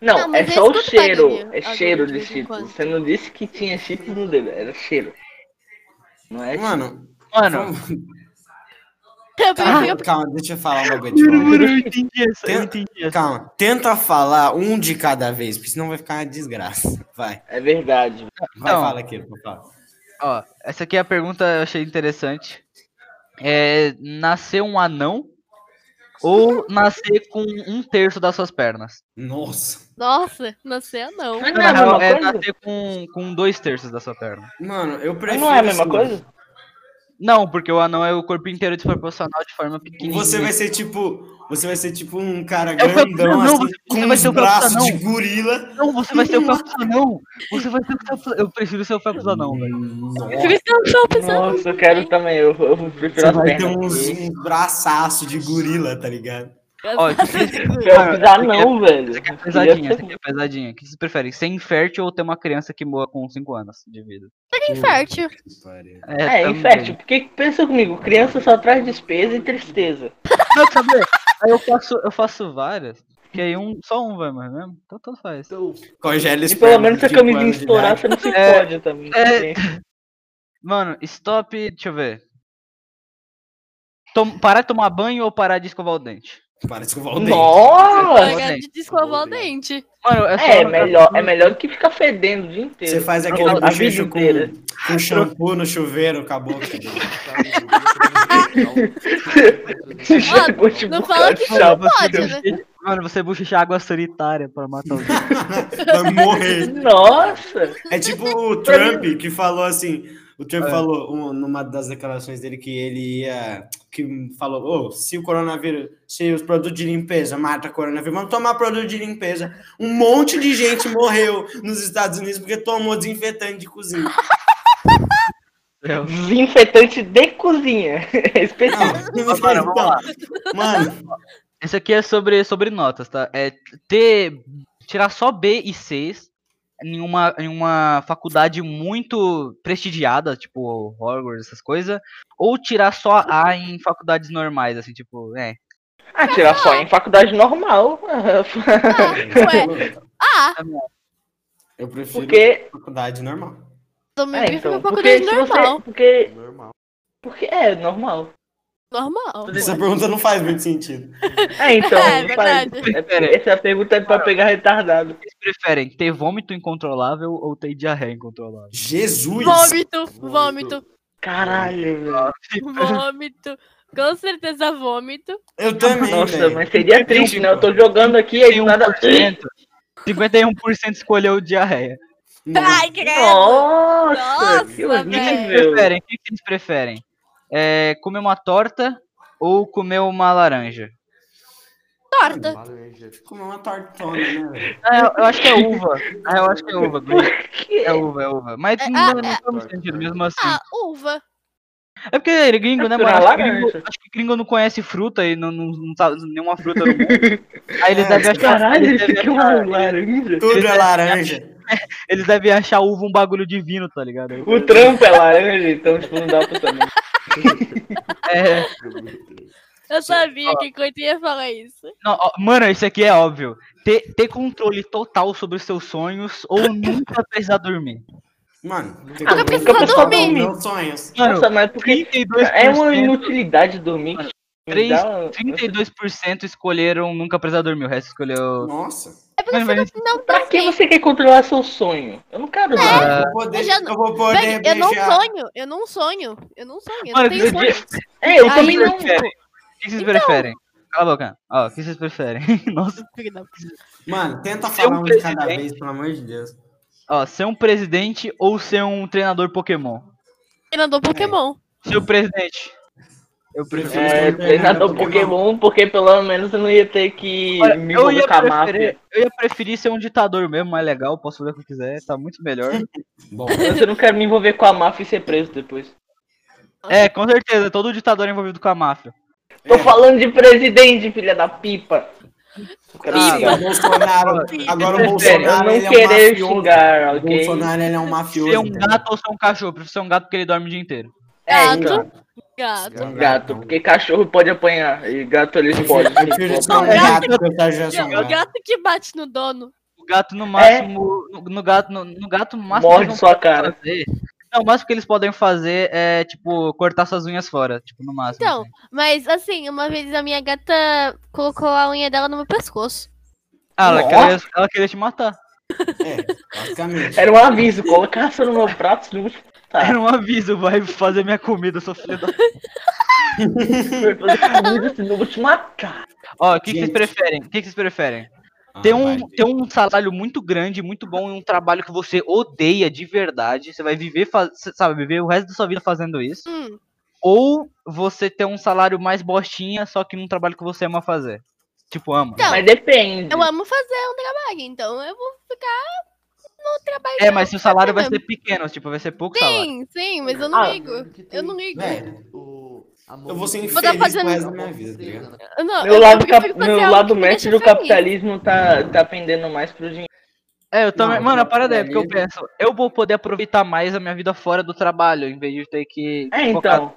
S5: Não,
S3: Não,
S5: é
S3: mas eu
S5: só o
S3: escuto
S5: cheiro.
S3: barulhinho,
S5: É
S3: alguém de
S5: cheiro de
S3: vez em
S5: cheetos.
S3: quando.
S5: Você não disse que tinha cheetos no dedo, era cheiro. Não é cheetos.
S2: Mano,
S1: Mano.
S3: Eu
S2: calma,
S3: prefiro
S2: calma, deixa eu falar um uma coisa.
S1: Mano, mano, eu entendi essa, eu
S2: Tem-
S1: entendi essa.
S2: Calma, tenta falar um de cada vez, porque senão vai ficar uma desgraça. Vai,
S5: É verdade.
S2: vai,
S1: Então.
S2: fala aqui, por favor.
S1: Ó, essa aqui é a pergunta que eu achei interessante. É, nascer um anão ou nascer com um terço das suas pernas?
S2: Nossa,
S3: Nossa, não sei eu não.
S5: Mas não é a mesma
S1: é
S5: coisa?
S1: nascer com, com dois terços da sua perna.
S2: mano, eu
S5: Mas
S2: prefiro.
S5: não é a mesma
S2: assim,
S5: coisa?
S1: Não, porque o anão é o corpo inteiro desproporcional de forma pequenininha.
S2: Você vai ser tipo. Você vai ser tipo um cara
S1: É o Felps
S2: grandão,
S1: Anão,
S2: assim,
S1: você
S2: com
S1: vai
S2: uns
S1: ser o Felps
S2: braços de
S1: Anão.
S2: gorila.
S1: Não, você vai ser o Felps anão. Você vai ser o Felps Eu prefiro ser o Felps anão, velho.
S3: Eu prefiro que eu não tô
S1: assim.
S3: pensando.
S5: Nossa, eu quero também. Eu, eu prefiro
S2: Você
S5: as
S2: vai ter
S5: pernas.
S2: uns,
S5: porque-
S2: uns braçaços de gorila, tá ligado?
S1: Ó, é
S5: Eu já
S1: Você
S5: não, velho.
S1: Essa aqui é
S5: Eu queria
S1: pesadinha,
S5: ser-
S1: essa aqui é pesadinha. O que vocês preferem? Ser infértil ou ter uma criança que morra com 5 anos de vida?
S3: Fica infértil.
S5: É,
S1: também.
S5: infértil, porque pensa comigo, criança só traz despesa e tristeza.
S1: Não, quer saber? Ah, Aí eu faço, eu faço várias, que aí um, só um vai mais mesmo. Então tanto faz.
S4: Então,
S2: Congela
S5: E pelo menos se a
S2: essa
S5: camisinha estourar, você não se
S1: É,
S5: pode também.
S1: é. Mano, stop, deixa eu ver. Tom- parar de tomar banho ou parar de escovar o dente?
S2: Para de escovar o dente.
S5: Nossa!
S3: Pagar de descovar o dente.
S1: Mano, é só...
S5: É, melhor, é melhor do que ficar fedendo o dia inteiro.
S2: Você faz
S5: A-
S2: aquele
S5: a vida
S2: bochecho com,
S5: inteira.
S2: com shampoo no chuveiro, acabou.
S4: tá um
S5: Você chegou de
S3: Ah, não
S5: boca
S3: fala que
S5: de
S3: não
S5: chapa.
S3: pode, né?
S1: Mano, você bochecha água sanitária pra matar o dente.
S2: Vai morrer.
S5: Nossa!
S2: É tipo o Trump que falou assim. O Trump
S1: É.
S2: falou um- numa das declarações dele que ele ia. Que falou: "Ô, se o coronavírus, se os produtos de limpeza mata coronavírus, vamos tomar produto de limpeza. Um monte de gente morreu nos Estados Unidos porque tomou desinfetante de cozinha.
S5: Desinfetante de cozinha. Especial.
S2: Não,
S1: Agora, vamos lá.
S2: então, mano,
S1: Esse aqui é sobre, sobre notas, tá? É ter. Tirar só B e Cs em uma, em uma faculdade muito prestigiada, tipo Hogwarts, essas coisas, ou tirar só A em faculdades normais, assim, tipo, é.
S5: Ah, tirar só em faculdade normal.
S3: Ah, ué. Ah,
S2: eu prefiro
S5: Porque.
S2: faculdade normal.
S3: também
S5: É,
S3: prefiro
S5: então.
S3: um pouco de
S5: Porque se
S3: normal.
S5: você. Porque.
S4: normal.
S5: Porque é normal.
S3: Normal.
S2: Essa pergunta não faz muito sentido.
S5: É, então.
S3: É,
S5: não faz-
S3: verdade.
S5: é porque Essa pergunta é pra pegar retardado.
S1: Vocês preferem ter vômito incontrolável ou ter diarreia incontrolável?
S2: Jesus!
S3: Vômito, vômito,
S5: Caralho, velho.
S3: vômito. Com certeza vômito.
S2: Eu também,
S5: Nossa,
S2: velho.
S5: mas seria triste, né? Eu tô jogando aqui aí do nada.
S1: 51%, 51% escolheu diarreia.
S2: Nossa.
S3: Ai, credo.
S5: Nossa, que
S3: Nossa,
S1: O que vocês
S5: horrível.
S1: preferem? O que vocês preferem? É, comer uma torta ou comer uma laranja?
S3: Torta.
S4: Laranja.
S2: Comer é uma tortona, né, velho?
S1: Ah, eu- eu acho que é uva. Ah, eu acho que é uva, Bruno.
S5: Que-
S1: É uva, é uva. Mas
S3: É,
S1: não,
S3: ah,
S1: não
S3: é.
S1: faz muito sentido mesmo assim.
S3: Ah, uva.
S1: é porque ele é gringo, né,
S5: Natural
S1: mano? Acho que gringo,
S5: laranja.
S1: acho que gringo não conhece fruta e não, não, não sabe nenhuma fruta no mundo. Aí eles
S2: É,
S1: devem achar.
S5: Caralho,
S1: eles
S5: isso
S1: devem
S5: aqui é uma
S1: achar,
S5: laranja.
S2: Tudo é laranja.
S1: eles devem achar uva um bagulho divino, tá ligado?
S5: O trampo é laranja, então tipo, não dá pra também.
S1: É,
S3: Eu sabia que Coito ia falar isso.
S1: não, ó, mano, isso aqui é óbvio. Ter, ter controle total sobre os seus sonhos ou nunca precisar dormir.
S2: Mano, tem
S3: Agora
S2: como
S3: precisa
S2: eu falar
S3: Ah, dormir.
S2: dos meus sonhos.
S1: Mano,
S5: Nossa, mas porque
S1: 32%,
S5: é uma inutilidade dormir. que me
S1: Três-
S5: dá- um-
S1: 32% escolheram nunca precisar dormir, o resto escolheu.
S2: Nossa.
S3: É porque
S1: Mas-
S3: você não, tá não
S5: Pra que
S3: dorme.
S5: você quer controlar seu sonho? Eu não quero dormir.
S1: Ah,
S2: Eu vou poder,
S3: É, eu já-
S2: eu vou poder
S3: Velho, eu não
S2: beijar.
S3: sonho, eu não sonho, eu não sonho, eu
S1: Olha,
S3: não tenho
S1: eu
S3: sonho.
S5: É, eu
S1: Aí
S5: também não.
S1: prefere. o que vocês preferem? Cala a boca. Ó, o que vocês preferem? Nossa,
S3: Filho da puta.
S2: Mano, tenta
S1: Ser um
S2: falar um de cada
S1: presidente.
S2: vez, pelo amor de Deus.
S1: ó, ser um presidente ou ser um treinador Pokémon?
S3: Treinador Pokémon.
S1: Ser o presidente. Eu prefiro. um
S5: É, treinador Pokémon, porque pelo menos eu não ia ter que
S1: Olha,
S5: me
S1: eu, ia
S5: envolver com a máfia.
S1: preferir, eu ia preferir ser um ditador mesmo, mais legal, posso fazer o que eu quiser, tá muito melhor.
S2: Bom,
S5: Mas eu não quero me envolver com a máfia e ser preso depois.
S1: É, com certeza, todo ditador é envolvido com a máfia.
S5: Tô
S1: É.
S5: falando de presidente, filha da pipa. Eu quero
S1: Ah,
S2: sim,
S5: xingar.
S2: é o Bolsonaro. Agora o
S5: Sério, eu
S2: Bolsonaro
S5: não
S2: ele é um
S5: querer
S2: mafioso.
S5: xingar,
S2: O
S5: ok?
S2: Bolsonaro ele é um mafioso.
S1: Ser um
S2: entendeu?
S1: gato ou ser um cachorro? Prefiro ser um gato porque ele dorme o dia inteiro.
S5: É,
S3: Gato.
S5: então,
S3: Gato.
S5: gato, porque cachorro pode apanhar e gato eles podem.
S2: Eu prefiro ser um
S3: Não,
S2: gato que eu quero já ser um
S3: É o
S2: gato.
S3: gato que bate no dono.
S1: O gato no máximo. No, no gato, no, no gato no máximo.
S5: Morde
S1: eles
S5: sua cara.
S1: Fazer. Não, o máximo que eles podem fazer é, tipo, cortar suas unhas fora. Tipo, no máximo.
S3: Então,
S1: assim.
S3: mas assim, uma vez a minha gata colocou a unha dela no meu pescoço.
S1: Ah, ela
S2: Nossa.
S1: queria, ela queria te matar.
S2: É, basicamente.
S5: Era um aviso, colocasse no meu prato, senão eu vou te
S2: Tá.
S5: matar.
S1: Era um aviso, vai fazer minha comida, sua filha da.
S5: Eu vou fazer comida, senão eu vou te matar.
S1: Ó, o que, que vocês
S2: Gente.
S1: preferem? O que, que vocês preferem? Ter
S2: Ah,
S1: um,
S2: vai,
S1: ter um salário muito grande, muito bom, e um trabalho que você odeia de verdade. Você vai viver, fa- sabe, viver o resto da sua vida fazendo isso.
S3: Hum,
S1: ou você ter um salário mais bostinha, só que num trabalho que você ama fazer. Tipo, ama.
S3: Então,
S5: Mas depende.
S1: Uhum.
S3: eu amo fazer um trabalho, então eu vou ficar no trabalho.
S1: é, mas se o salário vai
S3: mesmo.
S1: ser pequeno, tipo, vai ser pouco salário.
S3: Sim, sim, mas eu não
S5: Ah,
S3: ligo.
S4: um
S3: Eu não ligo.
S2: Velho,
S4: É, Eu
S2: eu vou ser
S3: Vou dar
S2: infeliz
S3: fazendo-
S2: pro resto da minha vida, tá ligado?
S3: Eu não-
S5: Meu
S3: eu
S5: lado,
S3: prefiro
S5: cap...
S3: fazer
S5: meu
S3: algo
S5: lado
S3: que me deixa
S5: mestre do
S3: feliz.
S5: capitalismo tá, tá pendendo mais pro dinheiro.
S1: É, eu também.
S2: Não,
S1: mano, a
S2: não,
S1: parada é porque eu
S2: beleza.
S1: penso, eu vou poder aproveitar mais a minha vida fora do trabalho, em vez de ter que.
S5: É,
S1: focar-
S5: então.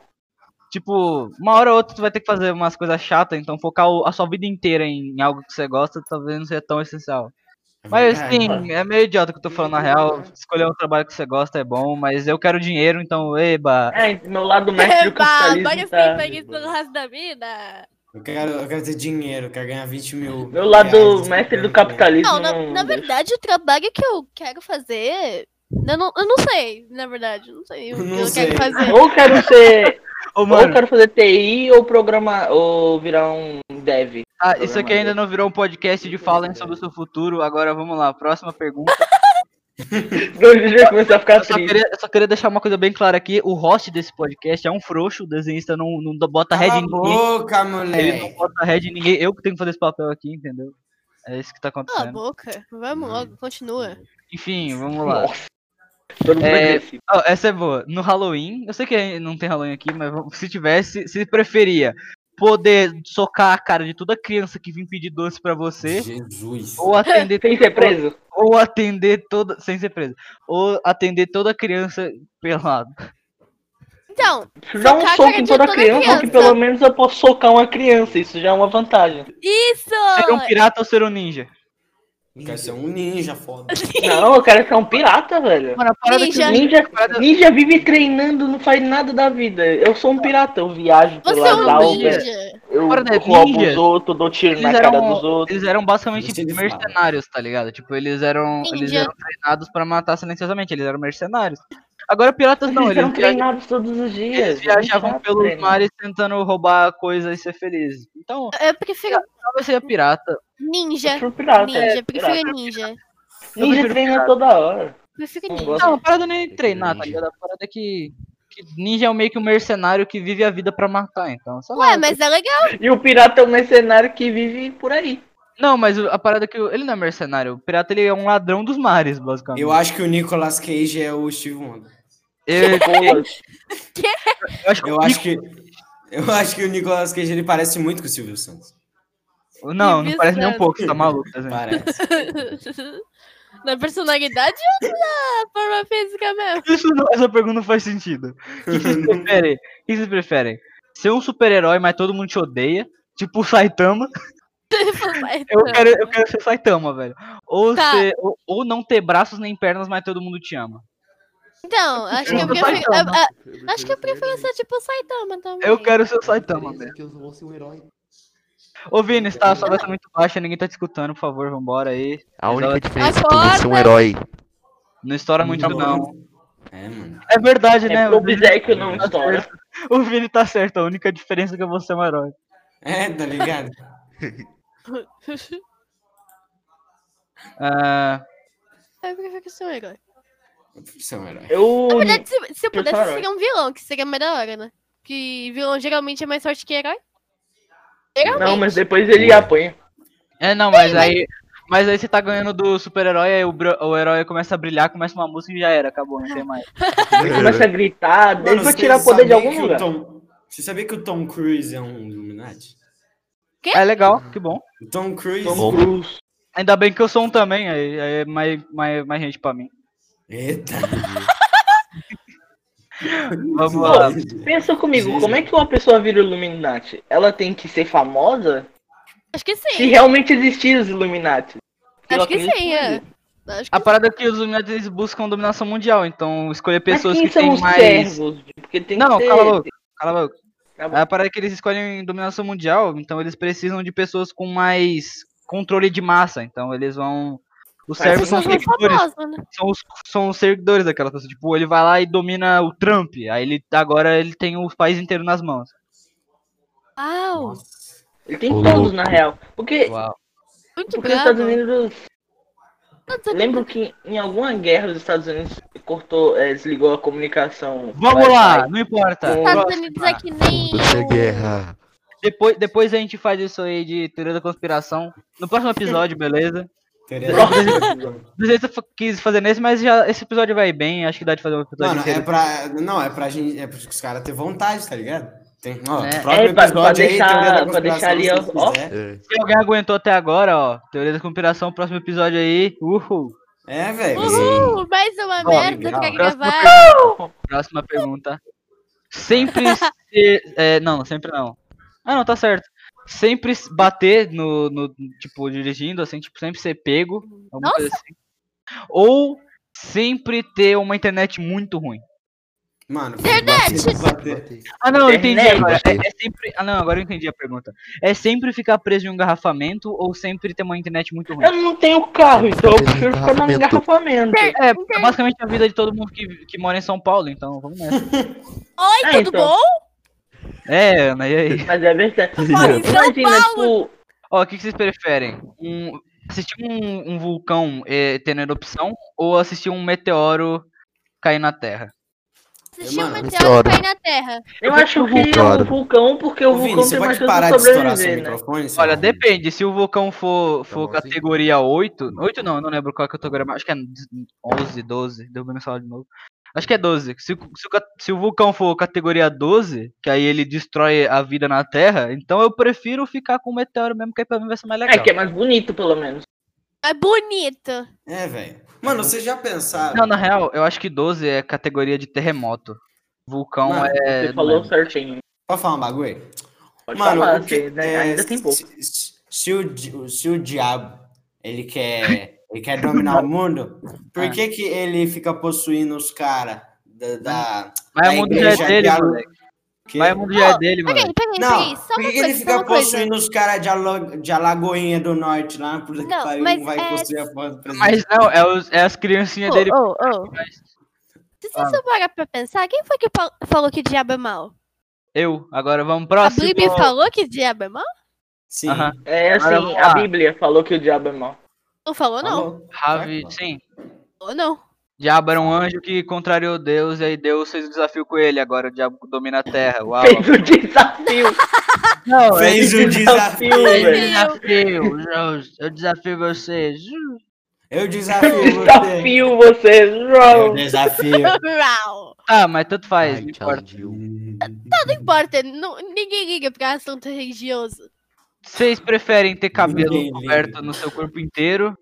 S1: tipo, uma hora ou outra tu vai ter que fazer umas coisas chatas, então focar o- a sua vida inteira em, em algo que você gosta talvez não seja tão essencial.
S5: um-
S2: É
S1: Mas
S2: verdade,
S5: assim,
S1: sim,
S2: mano.
S1: é meio idiota o que eu tô falando na real. Escolher um trabalho que você gosta é bom, mas eu quero dinheiro, então, eba.
S5: É, meu lado mestre do
S3: Eba, adoro
S5: capitalismo
S3: ser
S5: tá...
S3: feliz pelo resto da vida.
S2: Eu quero, eu quero ter dinheiro, eu quero ganhar 20 mil.
S5: Meu lado
S2: reais,
S5: mestre
S1: né?
S2: 50
S5: do
S2: mil.
S5: capitalismo
S3: Não, na, na
S5: deixa.
S3: verdade, o trabalho que eu quero fazer. Eu não, eu não sei, na verdade. Eu não sei o que
S2: Não
S3: eu
S2: sei.
S3: quero fazer.
S5: Ou quero ser...
S1: Ô,
S5: ou eu quero fazer TI ou programar... Ou virar um dev.
S1: Ah, isso aqui
S5: Programador.
S1: ainda não virou um podcast de falem sobre o seu futuro. Agora vamos lá, próxima pergunta.
S5: Hoje já começar a ficar
S1: Eu só
S5: triste.
S1: queria, eu só queria deixar uma coisa bem clara aqui: o host desse podcast é um frouxo, o desenhista não, não
S5: tá
S1: bota
S2: Cala
S1: head
S2: a
S1: em ninguém.
S2: boca,
S1: Ele não
S2: moleque.
S1: bota head em ninguém. Eu que tenho que fazer esse papel aqui, entendeu? É isso que tá
S3: Cala a
S1: acontecendo.
S3: boca. Vamos logo, continua.
S1: Enfim, vamos lá.
S5: Todo mundo assim.
S1: É,
S5: agressivo.
S1: Ó, essa é boa. No Halloween, eu sei que não tem Halloween aqui, mas vamos- se tivesse, se preferia poder socar a cara de toda criança que vim pedir doce pra você.
S2: Jesus.
S1: Ou atender
S5: Sem ser preso.
S1: ou atender toda sem ser preso ou atender toda criança pelado
S3: Então,
S5: Dá um
S3: Socar a
S5: soco
S3: cara
S5: em
S3: de
S5: toda
S3: toda
S5: criança,
S3: criança.
S5: que pelo menos eu posso socar uma criança. Isso já é uma vantagem.
S3: isso!
S1: ser
S3: é.
S1: um pirata ou ser um ninja
S2: Eu quero ser um ninja, foda.
S5: Não, eu quero ser um pirata, velho.
S1: mano a parada que
S3: Ninja.
S1: o
S5: Ninja,
S1: parada-
S5: ninja vive treinando, não faz nada da vida. Eu sou um pirata, eu viajo
S3: Você
S5: pelas
S3: é um
S5: almas,
S3: ninja.
S5: eu
S1: Parada é
S5: roubo
S1: ninja.
S5: os outros, dou tiro
S1: eles
S5: na cara dos
S1: eram
S5: outros.
S1: eles eram basicamente
S2: Isso eles falam.
S1: mercenários tá ligado tipo eles eram eles
S3: Ninja.
S1: eram treinados pra matar silenciosamente eles eram mercenários agora piratas não
S5: eles
S1: eles,
S5: eram
S1: via-
S5: treinados todos os dias.
S1: eles viajavam
S5: muito
S1: pelos
S5: treino.
S1: mares tentando roubar coisas e ser felizes então
S3: Eu prefiro
S1: talvez seja pirata
S5: Eu
S3: ninja.
S5: sou um pirata.
S3: Ninja, eu
S5: pirata.
S3: prefiro ninja.
S1: Eu
S5: Ninja
S1: prefiro
S5: treina
S1: pirata.
S5: toda hora.
S3: Prefiro
S5: Não
S3: ninja.
S5: gosto.
S1: Não, a parada não é treinar, tá
S4: Ninja.
S1: ligado? A parada é que, que ninja é meio que um mercenário que vive a vida pra matar, então. sei lá.
S3: Ué, mas é legal.
S5: E o pirata é um mercenário que vive por aí.
S1: Não, mas o- a parada é que o- ele não é mercenário. O pirata ele é um ladrão dos mares, basicamente.
S2: Eu acho que o Nicolas Cage é o Steve Wonder.
S1: Eu,
S5: Bolas.
S1: eu acho que.
S2: é Eu acho que. Eu acho que o Nicolas Cage ele parece muito com o Silvio Santos.
S1: Não, não
S3: Silvio
S1: parece nem um
S3: Santos.
S1: pouco, você tá maluco. tá vendo?
S2: Parece.
S3: Na personalidade ou na forma física mesmo?
S1: Isso não- essa pergunta não faz sentido. O que vocês preferem? O que vocês preferem? Ser um super-herói, mas todo mundo te odeia. Tipo o Saitama. Eu quero, eu quero ser Saitama, velho. Ou,
S3: Então. Tá.
S1: ser- ou, ou não ter braços nem pernas, mas todo mundo te ama.
S3: Então, acho que eu
S1: do
S3: prefiro.
S1: Saitama.
S3: eu- eu- Acho que eu prefiro ser tipo o Saitama também.
S1: Eu quero ser o Saitama, velho.
S4: Beleza, Que eu vou ser um herói.
S1: Ô, Vini, tá, sua voz tá muito baixa, ninguém tá te escutando, por favor, vambora aí.
S4: A única
S1: Exato.
S4: diferença é que eu vou ser um herói.
S1: Não estoura muito,
S2: Tá bom.
S1: não.
S2: É, mano.
S1: É verdade, né?
S5: É
S1: O Vini,
S5: obséquio não né? estoura.
S1: o Vini tá certo, a única diferença é que eu vou ser um herói.
S2: É, tá ligado?
S1: Ah,
S3: Eu prefiro ser um herói.
S2: Você é um herói.
S5: Eu.
S3: Na verdade, se, se eu
S5: prefiro
S3: pudesse,
S5: herói.
S3: seria um vilão, que seria mais da hora, né? Que vilão geralmente é mais forte que herói. Geralmente.
S5: Não, mas depois ele apanha.
S1: é, não, mas aí. Mas aí você tá ganhando do super-herói, aí o, bro- o herói começa a brilhar, começa uma música e já era, acabou, não tem mais.
S5: Ele começa a gritar, ele
S2: Mano,
S5: vai
S2: você
S5: tirar poder de
S2: sabia
S5: algum
S2: que o
S5: lugar.
S2: Tom- Você sabia que o Tom Cruise é um Illuminati?
S1: É legal, que bom.
S2: O Tom Cruise.
S4: Tom-
S5: Cruz.
S1: Ainda bem que eu sou um também, aí, aí é mais, mais, mais gente pra mim.
S2: Eita.
S1: Vamos lá.
S5: Pensa comigo,
S2: Sim.
S5: como é que uma pessoa vira Illuminati? Ela tem que ser famosa?
S3: Acho que
S5: Se
S3: sim.
S5: realmente existir os Illuminati. Eu
S3: Acho que
S5: acredito
S3: sim,
S5: que
S3: é.
S5: sim.
S3: Acho que
S1: A parada é que os Illuminati eles buscam dominação mundial, então escolher
S5: Mas
S1: pessoas
S5: quem
S1: que
S5: são
S1: têm
S5: os
S1: mais.
S5: servos? Porque tem
S1: Não,
S5: que
S1: cala a boca.
S5: ter...
S1: Cala a boca.
S5: Tá bom.
S1: A parada é que eles escolhem dominação mundial, então eles precisam de pessoas com mais controle de massa. Então eles vão. Os
S5: Mas
S1: servos
S5: isso
S1: são
S3: são
S1: os
S3: mais
S1: seguidores.
S3: famosas, né?
S1: São os, são os seguidores daquela pessoa. Tipo, ele vai lá e domina o Trump. Aí ele agora ele tem o país inteiro nas mãos.
S3: Uau,
S5: Ele tem
S4: Ô,
S5: todos,
S4: louco.
S5: na real. Porque,
S1: Uau.
S3: muito
S5: porque os Estados
S3: bravo.
S5: Unidos... Lembro que em alguma guerra os Estados Unidos cortou, eh, desligou a comunicação.
S1: Vamos
S5: Wi-Fi.
S1: lá, não importa.
S5: Tá,
S3: Estados
S1: Próxima.
S3: Unidos é que nem.
S4: Tudo é
S3: o-
S4: guerra.
S1: Depois, depois a gente faz isso aí de teoria da conspiração. No próximo episódio, beleza?
S2: Teoria da-
S5: Nossa.
S1: Não sei se eu quis fazer nesse, mas já, esse episódio vai bem. Acho que dá de fazer um episódio
S2: Mano, é
S1: inteiro.
S2: pra. Não, é pra gente. É pros caras ter vontade, tá ligado? Tem, ó,
S1: É.
S2: próximo
S5: É, pra- pra
S2: episódio aí,
S5: deixar-
S2: teoria da
S5: pra
S2: conspiração,
S5: deixar ali,
S2: se
S5: ó, ó.
S2: quiser.
S4: É.
S1: Se alguém aguentou até agora, ó. Teoria da conspiração, próximo episódio aí. Uhul.
S2: É, velho.
S3: Uhul, mais uma
S2: Ó,
S3: merda
S2: legal.
S3: pra
S1: Próxima
S3: gravar.
S1: Próxima pergunta. Sempre ser. é, não, sempre não. Ah, não, tá certo. Sempre s- bater no, no- Tipo, dirigindo, assim, tipo, sempre ser pego. alguma coisa assim. Ou sempre ter uma internet muito ruim.
S2: Mano,
S3: Internet.
S2: bater- bater-
S1: Ah, não, eu entendi
S5: Internet.
S1: agora. É, é sempre. Ah, não, agora eu entendi a pergunta. É sempre ficar preso em um engarrafamento ou sempre ter uma internet muito ruim?
S5: Eu não tenho carro, então eu prefiro ficar no engarrafamento.
S1: É, é basicamente a vida de todo mundo que, que mora em São Paulo, então vamos nessa.
S3: Oi,
S5: É,
S3: tudo
S5: então.
S3: bom?
S1: É, Ana, e aí?
S5: Mas é verdade.
S4: Em
S5: Mano,
S3: São
S5: imagina, tipo,
S1: Ó, o que, que vocês preferem? Um- assistir um, um vulcão eh, tendo erupção ou assistir um meteoro cair na Terra?
S3: Assistiu o
S2: Mano,
S3: um meteoro
S4: choro.
S3: cair na Terra.
S5: eu acho que é
S4: Claro.
S5: o vulcão, porque o
S2: Ô, Vini,
S5: vulcão
S2: você
S5: tem
S2: pode
S5: mais chance de
S2: parar de estourar seu
S5: sobreviver, né?
S2: microfone? seu
S1: Olha,
S2: arrombado?
S1: depende. Se o vulcão for, for
S4: bom, assim?
S1: categoria 8. 8 não, eu não lembro qual é a categoria, mas acho que é 11, 12. Deu bem sala de novo. Acho que é 12. Se, o- se o ca- se o vulcão for categoria 12, que aí ele destrói a vida na Terra, então eu prefiro ficar com o meteoro mesmo, que aí pra mim vai ser mais
S5: É
S1: legal.
S5: que é mais bonito, pelo menos.
S3: É bonito.
S2: É, velho. Mano, vocês já pensaram.
S1: Não, na real, eu acho que 12 é categoria de terremoto. Vulcão
S2: Mano,
S1: é.
S5: Você
S1: não
S5: falou
S1: lembro.
S5: certinho.
S2: Pode falar um bagulho?
S5: Pode
S2: Mano,
S5: falar,
S2: o que-
S5: você, né?
S2: é,
S5: ainda tem pouco.
S2: Se, se- se o, di- o- se o diabo ele quer, ele quer dominar o mundo, por
S1: Ah.
S5: É.
S2: que, que ele fica possuindo os caras da. da
S1: Mas
S2: da
S1: o mundo já é
S2: igreja
S1: dele,
S2: dialo-
S1: moleque.
S2: que-
S1: Mas o mundo já é
S3: Ô,
S1: dele, mano.
S3: Peraí, peraí,
S2: Não,
S3: peraí. Só
S2: por
S3: uma
S2: que, que
S3: coisa,
S2: ele
S3: só
S2: fica
S3: uma coisa.
S2: possuindo os caras de, Alo- de Alagoinha do Norte lá? Por que
S3: Não,
S2: pariu,
S3: mas
S2: não vai
S3: é-
S2: possuir a porra do presidente?
S1: Mas não, é, os- é as criancinhas dele.
S3: Ô, ô, ô.
S1: mas
S3: Se
S1: Fala.
S3: você parar pra pensar, quem foi que pa- falou que diabo é mal?
S1: Eu, agora vamos
S3: A
S1: próximo.
S3: Bíblia falou que diabo é mal?
S2: Sim.
S1: Aham.
S5: É
S1: Agora
S5: assim,
S1: vamos
S5: a
S1: lá.
S5: Bíblia falou que o diabo é mau.
S3: Não falou, não.
S2: Falou.
S1: Ravi, sim.
S3: Falou, não.
S1: Diabo era um anjo que contrariou Deus, e aí Deus fez o desafio com ele. Agora o diabo domina a terra. Uau.
S5: Fez o desafio.
S1: Não,
S2: Fez o desafio,
S5: desafio,
S2: velho.
S1: eu desafio. Deus, Eu desafio vocês.
S2: Eu
S5: Eu
S2: desafio você.
S5: desafio você,
S2: Eu
S5: João.
S1: É.
S2: desafio.
S3: Rau.
S1: Tá, mas tanto faz,
S4: Ai,
S1: não
S4: tchau,
S1: importa.
S4: Gil.
S3: Não importa, não- ninguém liga pra assunto religioso.
S1: Vocês preferem ter cabelo
S2: Ninguém liga.
S1: coberto no seu corpo inteiro?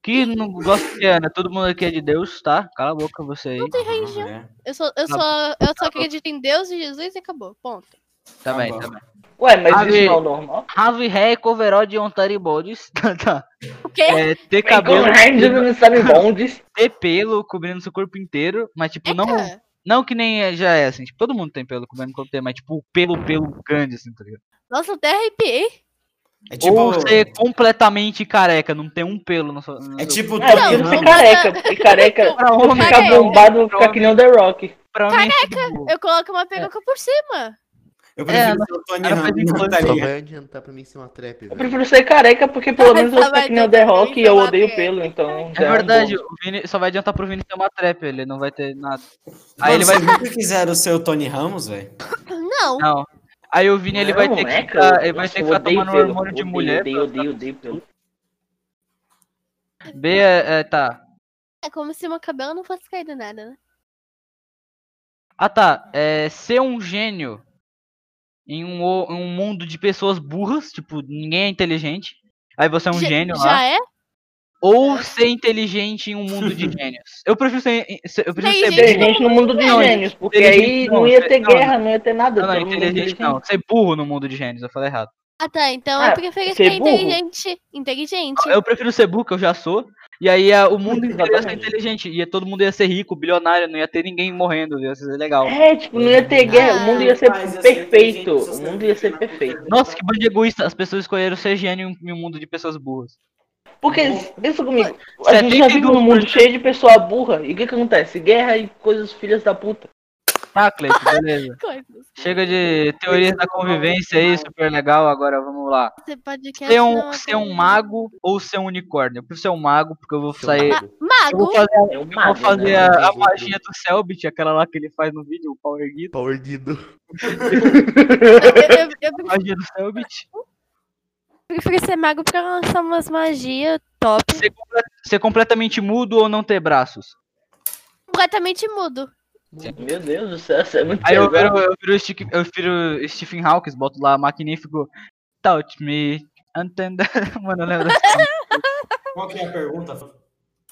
S1: Que não gosta de Ana, todo mundo aqui é de Deus, tá? Cala a boca você aí.
S3: Não tem religião.
S2: É.
S3: Eu só, eu
S1: Tá
S3: só, eu só
S1: bom.
S3: acredito em Deus e Jesus e acabou. Ponto.
S1: Tá
S7: Também,
S2: Tá bom.
S7: também.
S5: Ué, mas
S1: Ah,
S5: isso
S1: e-
S5: não é o normal?
S1: Have hair coverall de Ontario Bodies. Tá, tá.
S3: O quê?
S1: É, ter cabelo,
S5: Correndo, sabe, bondes.
S1: ter pelo cobrindo seu corpo inteiro, mas
S3: É
S1: tipo, não,
S3: Eita.
S1: não que nem é- já é assim. Tipo, todo mundo tem pelo cobrindo o corpo inteiro, mas tipo, o pelo, pelo grande, assim, tá ligado?
S3: Nossa, eu até arrepiei.
S2: É tipo,
S1: Ou ser completamente careca, não ter um pelo na sua.
S2: é tipo
S5: É,
S3: Não,
S5: tu
S2: Tokyo
S5: não
S3: não.
S5: fica careca. Fica careca.
S1: Pra
S5: Tu
S1: homem,
S3: Careca.
S5: fica bombado, fica que nem o The Rock.
S1: pra mim, tipo,
S3: Eu coloco uma peruca por cima.
S2: Eu
S1: É,
S2: prefiro ser o Tony
S1: ela faz
S2: Ramos, tá
S1: implante.
S4: Só
S2: ligado?
S4: vai adiantar pra mim ser uma trap,
S5: Eu
S4: velho.
S5: prefiro ser careca porque pelo menos eu
S3: Ela vai
S5: fico que nem
S3: ter
S5: o The
S3: que
S5: Rock e
S3: falar
S5: eu odeio
S3: que-
S5: pelo, então. já
S1: É
S5: um
S1: verdade,
S5: bônus.
S1: o Vini só vai adiantar pro Vini ser uma trap, ele não vai ter nada. Aí
S2: Mano,
S1: ele vai.
S2: vocês nunca quiseram ser o Tony Ramos, velho?
S3: Não.
S1: Não. Aí o Vini ele vai
S5: Não,
S1: ter que
S5: é,
S1: ficar-
S5: cara.
S1: ele vai
S5: Nossa,
S1: ter que
S5: eu
S1: ficar
S5: odeio
S1: tomando um
S5: pelo.
S1: hormônio de
S5: Odeio,
S1: mulher.
S5: Odeio, odeio, odeio pelo.
S1: B é, é, tá.
S3: É como se meu cabelo não fosse cair do nada, né?
S1: Ah tá. É, ser um gênio em um, o- em um mundo de pessoas burras, tipo, ninguém é inteligente. Aí você é um
S3: Já-
S1: gênio lá.
S3: Já é?
S1: Ou ser inteligente em um mundo de gênios. Eu prefiro ser. ser- Eu prefiro ser
S3: Inteligente
S1: burro.
S5: Inteligente no mundo dos
S1: Não,
S5: gênios, porque
S1: inteligente
S5: aí
S1: não,
S5: não ia ter
S1: não,
S5: guerra, não ia ter nada.
S1: Não, não,
S5: todo mundo
S1: inteligente
S5: inteligente.
S1: não. Ser burro no mundo de gênios, eu falei errado.
S3: Ah, tá. Então
S1: É,
S5: Ah,
S3: eu prefiro
S5: ser
S3: ser
S5: burro.
S3: inteligente. Inteligente.
S1: Tipo, Eu prefiro ser burro, que eu já sou. E aí a- o mundo inteiro ia ser
S5: Exatamente.
S1: inteligente. Ia, todo mundo ia ser rico, bilionário, não ia ter ninguém morrendo, ia ser legal.
S5: É, tipo, não ia ter guerra, o mundo ia ser
S2: Mas ia ser
S5: perfeito.
S2: inteligente,
S5: O mundo ia ser perfeito.
S1: Nossa, que bando de egoísta. As pessoas escolheram ser gênio em um mundo de pessoas burras.
S5: Porque, pensa comigo, a gente já vive num mundo cheio de pessoa burra, e o que que acontece? Guerra e coisas filhas da puta.
S1: Tá, Cleiton, beleza.
S3: Coisas.
S1: Chega de teorias da convivência aí, super legal. Agora vamos lá.
S3: Esse podcast
S1: Ser
S3: não
S1: um,
S3: é
S1: ser um
S3: pra-
S1: mago ou ser um unicórnio? Eu prefiro ser um mago, porque eu vou
S4: Seu
S1: sair.
S4: mago.
S1: Eu
S3: Mago?
S1: vou fazer,
S5: É um
S1: eu vou
S5: mago,
S1: fazer
S5: né?
S1: a, a magia do Selbit, aquela lá que ele faz no vídeo, o Power Guido.
S4: Power Dido.
S3: Eu, eu- eu
S1: A magia do Selbit.
S3: prefiro ser mago pra lançar umas magias top.
S1: Ser, comple- ser completamente mudo ou não ter braços?
S3: Completamente mudo.
S5: Meu Deus do céu, isso é muito
S1: Aí eu viro,
S5: pesado.
S1: eu viro, o Steve- eu viro o Stephen Hawking, boto lá magnífico. Touch me. Entenda. Mano, eu lembro. dessa música.
S2: Qual que é a pergunta?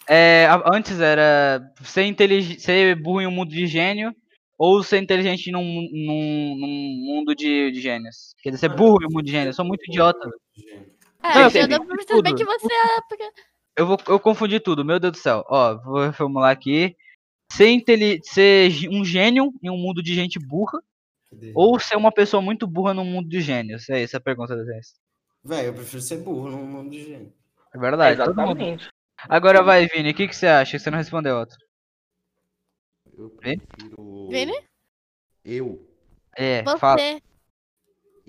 S1: É, a- antes era ser, intelig... ser burro em um mundo de gênio ou ser inteligente num, num, num mundo de, de gênios. Quer dizer, ser burro em um mundo de gênios. Eu sou muito idiota. velho.
S3: É,
S1: Não,
S3: já
S5: eu
S3: dá pra perceber
S1: tudo.
S3: que você é. pra-
S1: Eu, vou, eu confundi tudo, meu Deus do céu. Ó, vou reformular aqui. Ser, inteli... ser gê- um gênio em um mundo de gente burra ou ser uma pessoa muito burra num mundo de gênios. É essa a pergunta da gente.
S2: Velho, eu prefiro ser burro no mundo de gente.
S1: É verdade. todo mundo.
S5: Exatamente.
S1: Agora vai, Vini, o que, que você acha? Você não respondeu outro.
S4: Eu
S1: Vini?
S4: prefiro.
S3: Vini?
S4: Eu.
S1: É, fala.
S3: Você.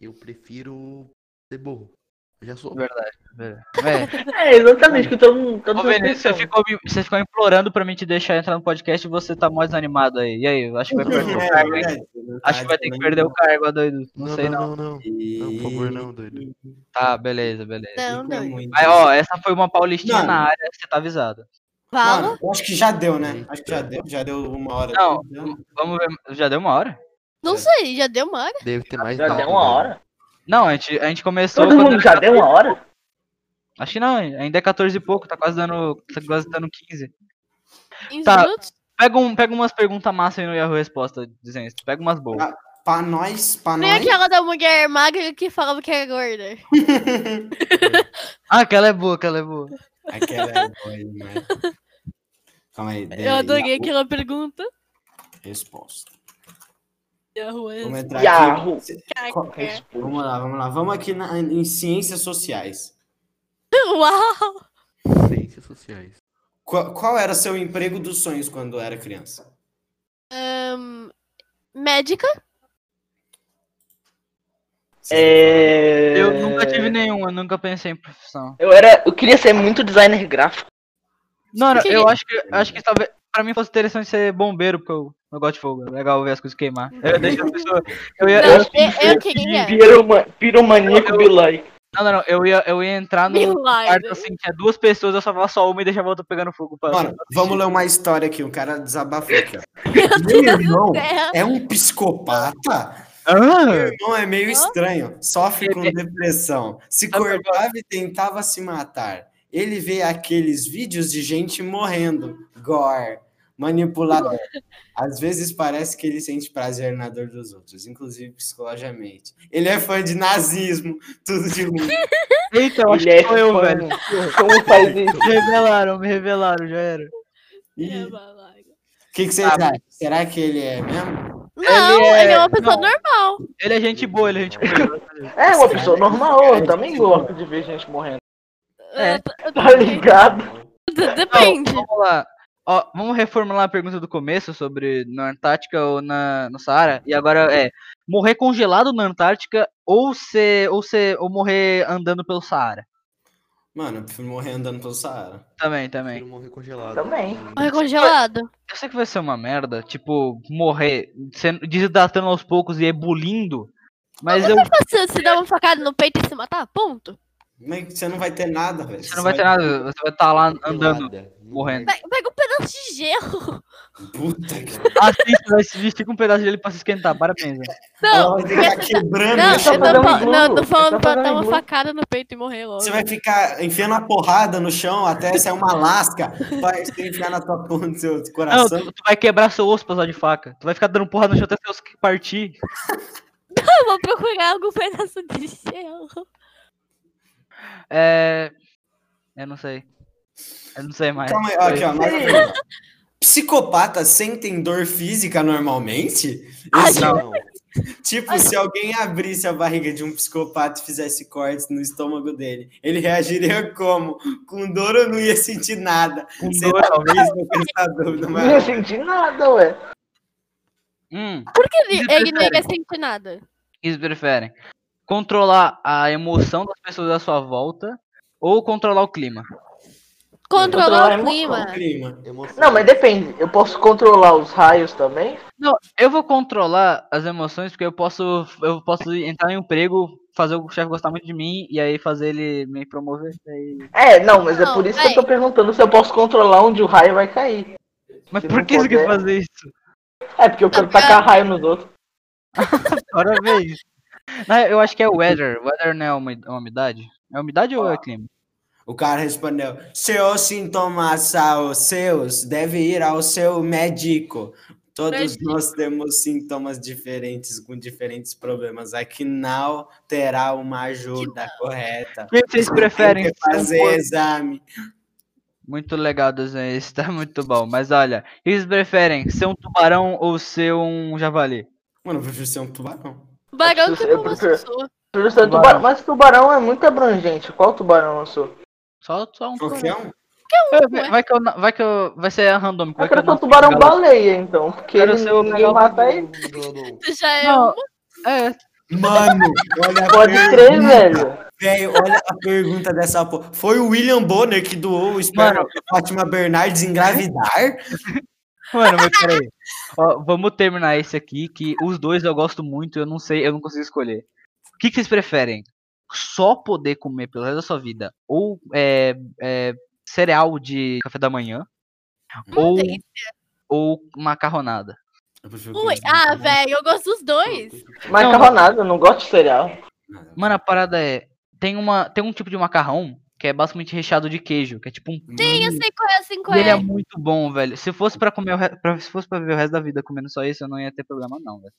S4: Eu prefiro ser burro. Eu já sou.
S1: Verdade. verdade.
S5: É, exatamente, que todo
S1: Ô,
S5: mundo. Todo
S1: Vini, você
S5: mundo
S1: ficou, me- você ficou implorando pra mim te deixar entrar no podcast e você tá mais animado aí. E aí, eu
S2: É,
S1: acho que vai perder
S5: É,
S1: o cargo, hein? Acho que vai ter que perder o cargo, ó, doido. Não, sei não.
S4: não, não. Não, por favor, não, doido.
S1: Tá, beleza, beleza.
S3: Não, não.
S1: Mas, ó, essa foi uma paulistinha
S2: Não.
S1: na área, você tá avisado.
S3: Fala.
S2: eu acho que já deu, né? Acho que já deu, já deu uma hora. então.
S1: Não, Vamos ver, já deu uma hora?
S3: Não sei, já deu uma hora.
S4: Deve ter mais
S5: Já
S4: nada,
S5: deu uma
S4: velho.
S5: hora.
S1: Não, a gente, a gente começou...
S5: Todo
S1: quando
S5: mundo
S1: era
S5: já deu
S1: 14.
S5: uma hora?
S1: Acho que não, ainda é 14 e pouco, tá quase dando, tá quase dando 15.
S3: Em
S1: Tá.
S3: minutos.
S1: Pega, um, pega umas perguntas massa aí no Yahoo Resposta, dizendo isso. Pega umas boas.
S5: Ah.
S2: Pra nós, pra
S3: Nem
S2: nós.
S3: aquela da mulher magra que falava que era gorda.
S1: Ah, aquela é boa, aquela é boa.
S2: Aquela é boa demais. Calma aí. dei
S3: Eu adorei
S2: Yahoo
S3: aquela pergunta.
S2: Resposta. Vamos
S3: Caraca.
S2: entrar
S5: Yahoo.
S2: aqui.
S3: é?
S2: Vamos lá, vamos lá. Vamos aqui na- em ciências sociais.
S3: Uau!
S4: Ciências sociais.
S2: Qual, qual era seu emprego dos sonhos quando era criança?
S3: Ahn, médica?
S5: É...
S1: Eu nunca tive nenhuma, nunca pensei em profissão.
S5: Eu era. Eu queria ser muito designer gráfico.
S1: Não, não,
S3: Por que
S1: eu
S3: que-
S1: acho que acho que talvez pra mim fosse interessante ser bombeiro, porque eu, eu gosto de fogo. É legal ver as coisas queimar.
S5: É,
S1: Eu deixo a pessoa. Eu ia,
S3: Não,
S1: eu,
S3: eu, eu queria.
S5: Piroma... Piromaníaco
S1: Eu-
S5: Bilai.
S1: não, não, não, eu ia, eu ia entrar Tá no quarto
S3: Milagre.
S1: assim, que é duas pessoas, eu salvava só uma e deixava a outra pegando fogo. Pra...
S2: Mano, vamos ler uma história aqui. Um cara desabafou aqui, ó. Meu irmão
S3: Terra.
S2: é um psicopata? Meu
S1: Ah,
S2: irmão é meio estranho. Sofre com depressão. Se cortava e tentava se matar. Ele vê aqueles vídeos de gente morrendo. Gore. manipulador. Às vezes parece que ele sente prazer na dor dos outros, inclusive psicologicamente. Ele é fã de nazismo, tudo de ruim.
S1: Eita, eu acho
S5: Ele é
S1: que sou eu,
S5: fã.
S1: velho.
S5: Como faz isso?
S1: Me revelaram, me revelaram, já era.
S2: E
S3: É,
S2: o
S3: vai lá.
S2: que, que vocês acham? Será que ele é mesmo?
S3: Não, ele é,
S1: é-
S3: uma pessoa
S1: não.
S3: normal.
S1: Ele é gente boa, ele é gente boa.
S5: É uma pessoa normal, eu também gosto de ver gente morrendo.
S1: É.
S3: Eu- eu-
S5: Tá ligado?
S3: de- Depende.
S1: Vamos lá. Ó, vamos reformular a pergunta do começo sobre na Antártica ou na, no Saara. E agora é morrer congelado na Antártica ou ser, ou ser, ou morrer andando pelo Saara.
S2: Mano, eu prefiro morrer andando pelo Saara.
S1: Também, também.
S4: Prefiro morrer congelado.
S5: Também.
S3: Morrer congelado.
S1: Eu sei que vai ser uma merda, tipo, morrer sendo, desidratando aos poucos e ebulindo. Mas eu,
S3: Você se dá uma facada no peito e se matar, ponto.
S2: Mas você não vai ter nada, velho.
S1: você não vai ter nada, você vai estar lá andando.
S4: Pelada, não
S1: morrendo.
S4: vai.
S3: Pega, pega um pedaço de gelo.
S2: Puta que
S1: Assim você vai se vestir com um pedaço de gelo pra se esquentar, parabéns. né?
S2: Ela
S3: Não,
S2: vai ter que ficar quebrando.
S3: não,
S2: essa
S3: eu
S5: fazendo
S2: porra.
S3: tô,
S5: um
S3: fal- não, eu tô
S5: iglu,
S3: falando
S5: tá
S3: pra
S5: fazendo
S3: dar uma
S5: iglu.
S3: facada no peito e morrer logo.
S2: Você vai ficar enfiando a porrada no chão até sair uma lasca pra você enfiar na tua ponta do seu
S1: Não,
S2: coração.
S1: tu, tu vai quebrar seu osso pra usar de faca. Tu vai ficar dando porra no chão até seus que partir.
S3: Eu vou procurar algum pedaço de gelo.
S1: É. Eu não sei. Eu não sei mais.
S2: Calma aí, ó, aqui, ó. mais uma pergunta. Psicopatas sentem dor física normalmente?
S3: Ai,
S2: Esse-
S4: Não,
S2: tipo, se alguém abrisse a barriga de um psicopata e fizesse cortes no estômago dele, ele reagiria como? Com dor eu não ia sentir nada.
S1: Com
S2: Sei
S1: dor,
S2: lá, talvez não pensar dúvida,
S5: Não ia
S2: mas... é
S5: sentir nada, ué.
S1: Hum,
S3: Por que ele,
S1: Ele
S3: ele não ia sentir nada?
S1: o que vocês preferem? Controlar a emoção das pessoas à sua volta ou controlar o clima?
S3: Controlar é
S5: Controlar
S3: o
S5: a
S2: um
S3: clima.
S2: Prima.
S4: emoção.
S5: Não, mas depende. Eu posso controlar os raios também?
S1: Não, eu vou controlar as emoções porque eu posso, eu posso entrar em um emprego, fazer o chefe gostar muito de mim e aí fazer ele me promover. e aí-
S5: É, não, mas é
S3: Não,
S5: por isso
S3: véi.
S5: que eu tô perguntando se eu posso controlar onde o raio vai cair.
S1: Mas
S5: Se
S1: por
S5: não
S1: que você quer
S5: puder-
S1: fazer isso?
S5: É, porque eu quero tacar raio nos outros.
S1: Parabéns. Não, eu acho que é weather. Weather não é uma uma umidade? É umidade
S2: Ah,
S1: ou é clima?
S2: O cara respondeu: Seus sintomas são seus, deve ir ao seu médico. Todos
S3: Médico.
S2: nós temos sintomas diferentes com diferentes problemas. Aqui não terá uma ajuda correta.
S1: O que vocês
S2: Tem
S1: preferem? um
S2: que
S5: então,
S2: fazer exame.
S1: Muito legal, desenho. Isso tá muito bom. Mas olha, o que vocês preferem? Ser um tubarão ou ser um javali?
S2: Mano, eu prefiro ser um tubarão.
S3: Barão que
S5: Eu
S3: uma
S5: prefiro-
S3: pessoa.
S5: Prefiro ser
S1: Tubarão.
S5: tubarão, Mas tubarão é muito abrangente. Qual tubarão eu sou?
S1: Só, só um tubarão.
S2: Qualquer um.
S1: Vai- Vai que eu não- vai que eu. Vai ser randômico.
S5: né?
S1: Vai
S5: Eu
S1: que
S5: quero
S1: eu
S5: ser um
S1: não...
S5: tubarão baleia, então. Porque
S1: Quero
S5: ele,
S1: ser o
S5: ninguém
S1: melhor
S5: mata ele.
S3: Já é
S1: Não.
S3: uma.
S1: É,
S2: um? Mano, olha a
S5: Pode
S2: pergunta,
S5: crer, velho.
S2: velho, olha a pergunta dessa porra. Foi o William Bonner que doou o esperma
S1: Mano.
S2: pra Fátima Bernardes engravidar?
S1: mano, mas peraí. Ó, vamos terminar esse aqui, que os dois eu gosto muito, eu não sei, eu não consigo escolher. O que, que vocês preferem? Só poder comer pelo resto da sua vida ou é, é, cereal de café da manhã ou,
S3: delícia.
S1: ou macarronada?
S2: Eu prefiro
S3: Ui,
S2: comer
S3: ah,
S2: tubarão.
S3: velho, eu gosto dos dois.
S5: Mas
S1: Não,
S5: Macarronada, eu não gosto de cereal.
S1: Mano, a parada é. Tem, uma, tem um tipo de macarrão que é basicamente recheado de queijo, que é tipo um.
S3: Sim, eu sei qual é, assim qual
S1: E ele é
S3: é.
S1: muito bom, velho. Se fosse pra comer o re... pra- se fosse para viver o resto da vida comendo só isso, eu não ia ter problema não, velho.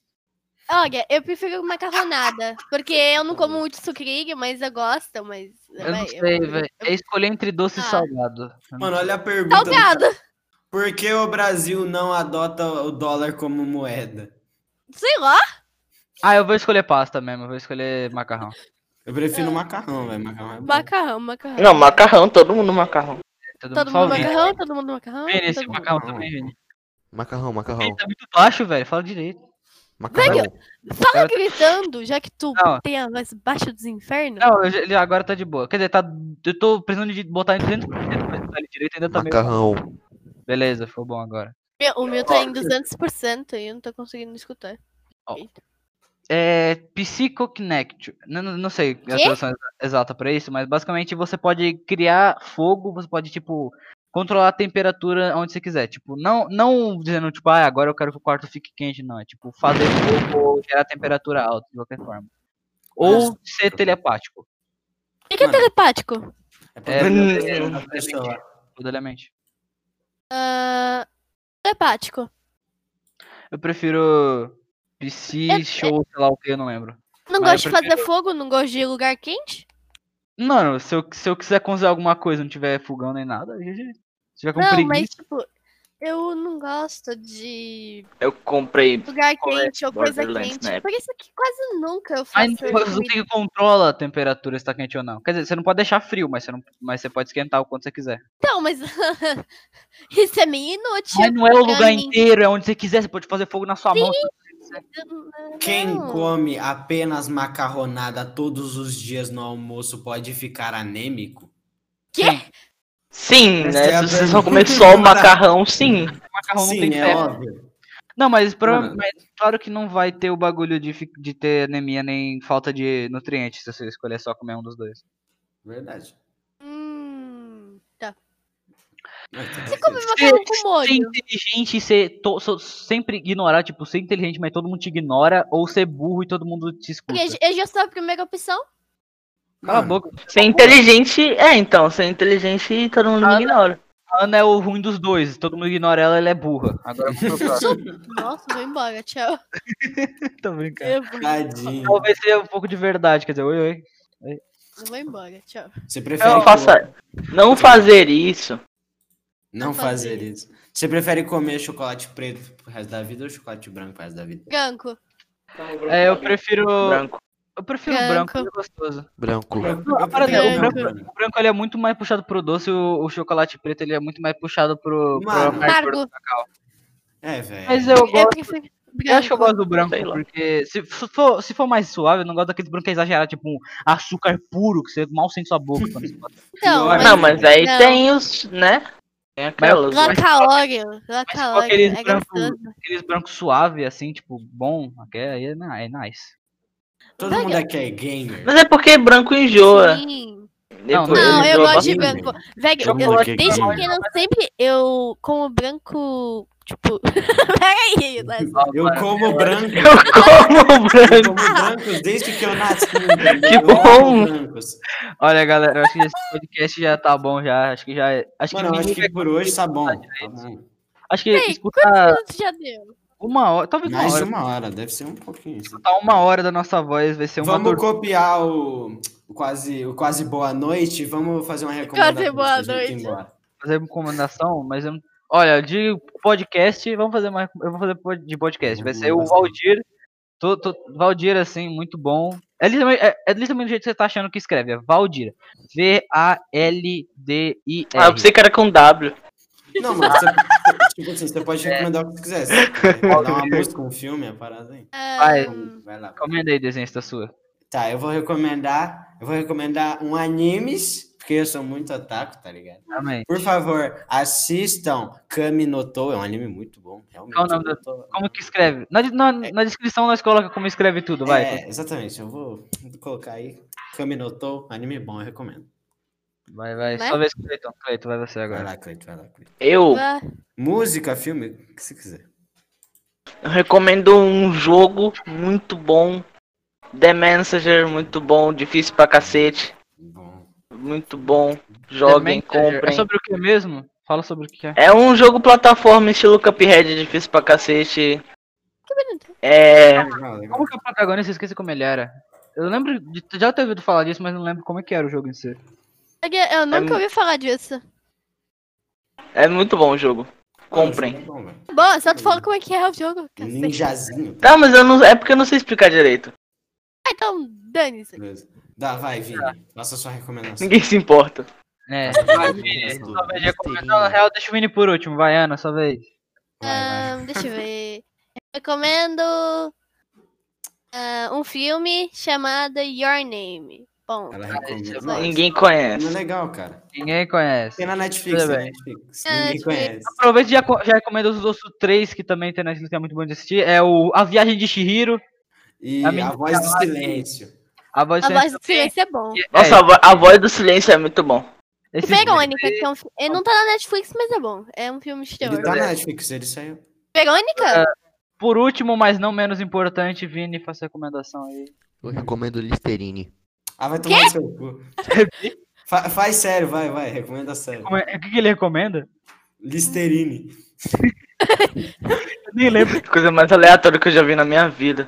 S3: Olha, eu prefiro macarronada. Porque eu não como muito sucrilho, mas eu gosto, mas.
S1: Eu não
S3: véi,
S1: sei, velho. É escolher entre doce
S3: Ah.
S1: e salgado.
S2: Mano, olha a pergunta. do
S3: Salgado!
S2: Por que o Brasil não adota o dólar como moeda?
S3: Sei lá.
S1: Ah, eu vou escolher pasta mesmo, eu vou escolher macarrão.
S2: Eu prefiro macarrão, velho. Macarrão é bom.
S3: Macarrão, macarrão.
S5: Não, macarrão, todo mundo macarrão.
S1: Todo,
S3: Todo
S1: só
S3: mundo
S1: o Vini.
S3: macarrão, todo mundo macarrão.
S1: Vini, esse
S3: todo mundo-
S1: macarrão também, Vini.
S4: Macarrão, macarrão.
S1: Vini, tá muito baixo, velho. Fala direito.
S4: Macarrão.
S3: Fala
S1: Cara-
S3: gritando, já que tu
S1: Não.
S3: tem a voz baixa dos infernos.
S1: Não, eu já- ele agora tá de boa. Quer dizer, tá. Eu tô precisando de botar em 200% pra ele tá direito, ainda tá meio.
S4: Macarrão.
S1: Beleza, ficou bom agora.
S3: Meu- O meu tá em 200% e eu não tô conseguindo escutar.
S1: Ó.
S3: Eita.
S1: É. Psicoconnect. Não, não- não sei a
S3: Quê?
S1: tradução exa- exata pra isso, mas basicamente você pode criar fogo, você pode, tipo, controlar a temperatura onde você quiser. Tipo, não, não dizendo, tipo, ah, agora eu quero que o quarto fique quente, não. É tipo, fazer fogo ou gerar temperatura alta, de qualquer forma. Ou ser telepático,
S3: O que que é
S2: Mano.
S3: telepático?
S2: É pra
S1: É,
S2: poder
S1: hum.
S2: ter uma pessoa.
S1: poderamente.
S3: Ah, telepático.
S1: Eu prefiro PC, show, sei lá o que, eu não lembro.
S3: Não
S1: Ah, eu
S3: gosto de fazer fogo, não gosto de lugar quente.
S1: Mano, se eu, se eu quiser cozinhar alguma coisa e não tiver fogão nem nada, GG. Se tiver com
S3: não,
S1: preguiça.
S3: mas tipo, eu não gosto de
S5: Eu comprei.
S3: lugar
S5: Qual é?
S3: quente ou coisa
S5: Borderlands,
S3: quente.
S5: né?
S3: Por isso que quase nunca eu
S1: Aí
S3: faço.
S1: você que controla a temperatura se tá quente ou não. Quer dizer, você não pode deixar frio, mas você, não, mas você pode esquentar o quanto você quiser.
S3: Então, mas isso é meio inútil.
S1: Mas não é o
S3: pra
S1: lugar
S3: mim.
S1: inteiro, é onde você quiser, você pode fazer fogo na sua mão.
S2: Quem
S3: Não.
S2: come apenas macarronada todos os dias no almoço pode ficar anêmico?
S3: Quê?
S5: Sim,
S2: Essa
S5: né?
S2: é a
S5: Se você
S2: pergunta.
S5: só comer só o macarrão, sim.
S1: Macarrão não
S2: Sim,
S1: tem
S2: é
S1: ferro.
S2: óbvio.
S1: Não, mas, prova-
S2: Mano.
S1: mas claro que não vai ter o bagulho de, fi- de ter anemia nem falta de nutrientes se você escolher só comer um dos dois.
S2: Verdade.
S3: Hum,
S2: Você
S3: come macarrão com molho.
S1: Ser inteligente e ser to- so- sempre ignorar, tipo, ser inteligente, mas todo mundo te ignora, ou ser burro e todo mundo te escuta.
S3: Porque eu é, já sou a primeira opção.
S1: Cala a boca.
S3: Tipo,
S5: Ser inteligente, é então, ser inteligente todo mundo me
S1: Ah,
S5: ignora.
S1: A Ana é o ruim dos dois, todo mundo ignora ela, ela é burra. Agora vamos pro próximo.
S3: Nossa, vou embora, tchau.
S1: Tô brincando.
S3: Eu vou,
S2: Tadinho.
S1: Talvez seja um pouco de verdade, quer dizer, oi, oi.
S3: eu vou embora, tchau.
S2: Você
S3: É
S2: prefere
S5: Não, faça, não fazer isso.
S2: não fazer isso. Você prefere comer chocolate preto pro resto da vida ou chocolate branco pro resto da vida?
S3: Branco.
S1: É, eu prefiro.
S5: Branco.
S1: Eu prefiro o branco,
S3: Branco.
S1: ele é gostoso.
S4: Branco.
S1: a parada
S3: é, o
S2: Não,
S1: branco- O branco ele é muito mais puxado pro doce, o, o chocolate preto ele é muito mais puxado pro. pro
S2: Mano.
S1: amargor.
S3: Amargo.
S2: É, velho.
S1: Mas eu
S3: Eu
S1: gosto.
S3: prefiro
S1: Eu acho que eu
S3: branco.
S1: gosto do branco,
S5: Sei lá.
S1: porque se for, se for mais suave, eu não gosto daquele branco que é exagerado, tipo um açúcar puro, que você mal sente sua boca quando você bota.
S3: Então,
S2: Pior.
S5: Não, mas aí
S3: Não.
S5: tem os, né? Tem aquelas. né?
S1: Mas-
S3: Lacaório.
S1: qual
S3: Lacaório.
S1: tipo aqueles
S3: É
S1: branco-
S3: gostoso.
S1: Aqueles brancos suave, assim, tipo, bom, aqui é, aí é, na- é nice.
S2: Todo mundo aqui é gamer.
S5: Mas é porque branco enjoa.
S3: Sim.
S1: Não,
S5: Depois
S3: Não, eu
S5: enjoa
S3: gosto de
S2: bastante.
S3: branco. Velho,
S4: Todo
S3: eu,
S4: mundo aqui é
S3: desde
S4: gamer.
S3: pequeno sempre eu como branco. Tipo. Peraí, Léo.
S2: Eu como branco.
S5: Eu como
S2: Eu
S5: branco.
S2: como brancos desde que eu nasci.
S5: Que
S2: Que
S5: bom.
S2: Brancos.
S1: Olha, galera, eu acho que esse podcast já tá bom, já. Acho que já. é- Acho que,
S2: Mano, eu
S1: ninguém
S2: acho
S1: vai-
S2: que por hoje tá bom. Tá bom.
S1: acho que
S3: Ei,
S1: escutar
S5: Ah.
S3: Quantos já deu?
S1: uma hora, talvez uma
S2: Mais
S1: hora.
S2: de uma hora, deve ser um pouquinho. assim.
S1: Escutar uma hora da nossa voz vai ser uma
S2: Vamos
S1: dor.
S2: copiar o, o quase, o quase boa noite. e Vamos fazer uma recomendação.
S3: Quase boa
S2: pra gente ir
S3: noite.
S2: embora.
S1: fazer uma recomendação, mas eu não- olha, de podcast, vamos fazer mais, eu vou fazer pod- de podcast, vai ser o Valdir, tô, tô- Valdir assim, muito bom. É literalmente, é, é literalmente do jeito que você tá achando que escreve, é Valdir. V A L D I
S5: Ah, eu pensei
S1: R.
S5: que era com W.
S2: Não, mas você, tipo assim, você
S1: É.
S2: pode recomendar o que você quiser. Você quer recomendar uma música, um filme, a parada aí. Então,
S1: Vai,
S3: Ahn,
S2: Vai lá.
S1: comenta aí desenhista sua.
S2: Tá, eu vou recomendar. Eu vou recomendar um animes, porque eu sou muito otaku, tá ligado?
S1: Amém.
S2: Por favor, assistam Kami no To, é um anime muito bom, realmente.
S1: Qual o nome
S2: eu tô-
S1: Como que escreve? Na, na, na descrição nós coloca como escreve tudo, vai.
S2: É, exatamente, eu vou colocar aí Kami no To, anime bom, eu recomendo.
S1: Vai, vai.
S3: Né?
S1: Só vez Cleiton, Cleiton, vai você
S2: Vai
S1: agora.
S2: lá, Cleito, vai lá, Cleito.
S5: Eu
S3: vai.
S2: Música, filme, o que você quiser.
S5: recomendo um jogo muito bom. The Messenger, muito bom. Difícil pra cacete.
S2: Bom.
S5: Muito bom. Joguem,
S1: The Messenger, É
S5: comprem.
S1: sobre o que mesmo? Fala sobre o que é.
S5: É um jogo plataforma estilo Cuphead, difícil pra cacete.
S3: Que bonito.
S5: É.
S2: Legal, legal.
S1: Como que é o protagonista? Eu esqueci como ele era. Eu lembro de já ter ouvido falar disso, mas não lembro como é que era o jogo em si.
S3: Eu nunca
S5: mu-
S3: ouvi falar disso.
S5: É muito bom o jogo. Comprem.
S2: Bom, velho.
S3: Bom, só tu
S1: Hum.
S3: fala como é que é o jogo. cacete.
S2: Ninjazinho.
S5: Tá, mas eu não. É porque eu não sei explicar direito.
S1: Hum.
S3: Ah, então, dane-se.
S2: Beleza. Dá, vai,
S1: Tá.
S2: Vini. Faça sua recomendação.
S5: Ninguém se importa.
S1: É,
S2: Faça sua
S1: vai,
S2: recomendação.
S1: sua vez de recomendação. Na real, deixa o Vini por último, vai, Ana, sua vez. Ah,
S2: Vai, vai.
S3: Ahn, deixa eu ver. Eu recomendo ah, um filme chamado Your Name. Bom,
S2: Ela
S1: isso é
S2: recomenda.
S1: bom.
S2: Nossa,
S5: Ninguém
S2: Não é
S5: conhece.
S2: legal, cara.
S1: Ninguém conhece.
S2: Tem na Netflix,
S1: Tudo
S2: tem na
S1: bem.
S2: Netflix.
S3: É,
S2: Ninguém
S3: Netflix.
S2: conhece.
S1: Aproveita e já, co- já recomendo os outros três que também tem na Netflix, que é muito bom de assistir. É o A Viagem de Shihiro,
S2: E
S1: A
S2: a,
S1: menina tá
S2: voz do
S1: lá que-
S2: silêncio.
S1: A Voz
S3: a voz do
S1: Silêncio.
S3: silêncio é bom.
S5: Nossa, a, vo- a voz do silêncio é muito bom.
S1: É, esses
S3: Verônica,
S1: três-
S3: que é um fi- Ele não tá na Netflix, mas é bom. É um filme de terror.
S2: Ele tá na Netflix, ele saiu.
S3: Verônica?
S1: Por último, mas não menos importante, Vini, faça a recomendação aí.
S4: Eu recomendo Listerine.
S2: Ah, vai tomar no seu cu. Fa- faz sério, vai, vai. Recomenda sério.
S1: Como é- O que, que ele recomenda?
S2: Listerine.
S1: Eu nem lembro.
S5: Coisa mais aleatória que eu já vi na minha vida.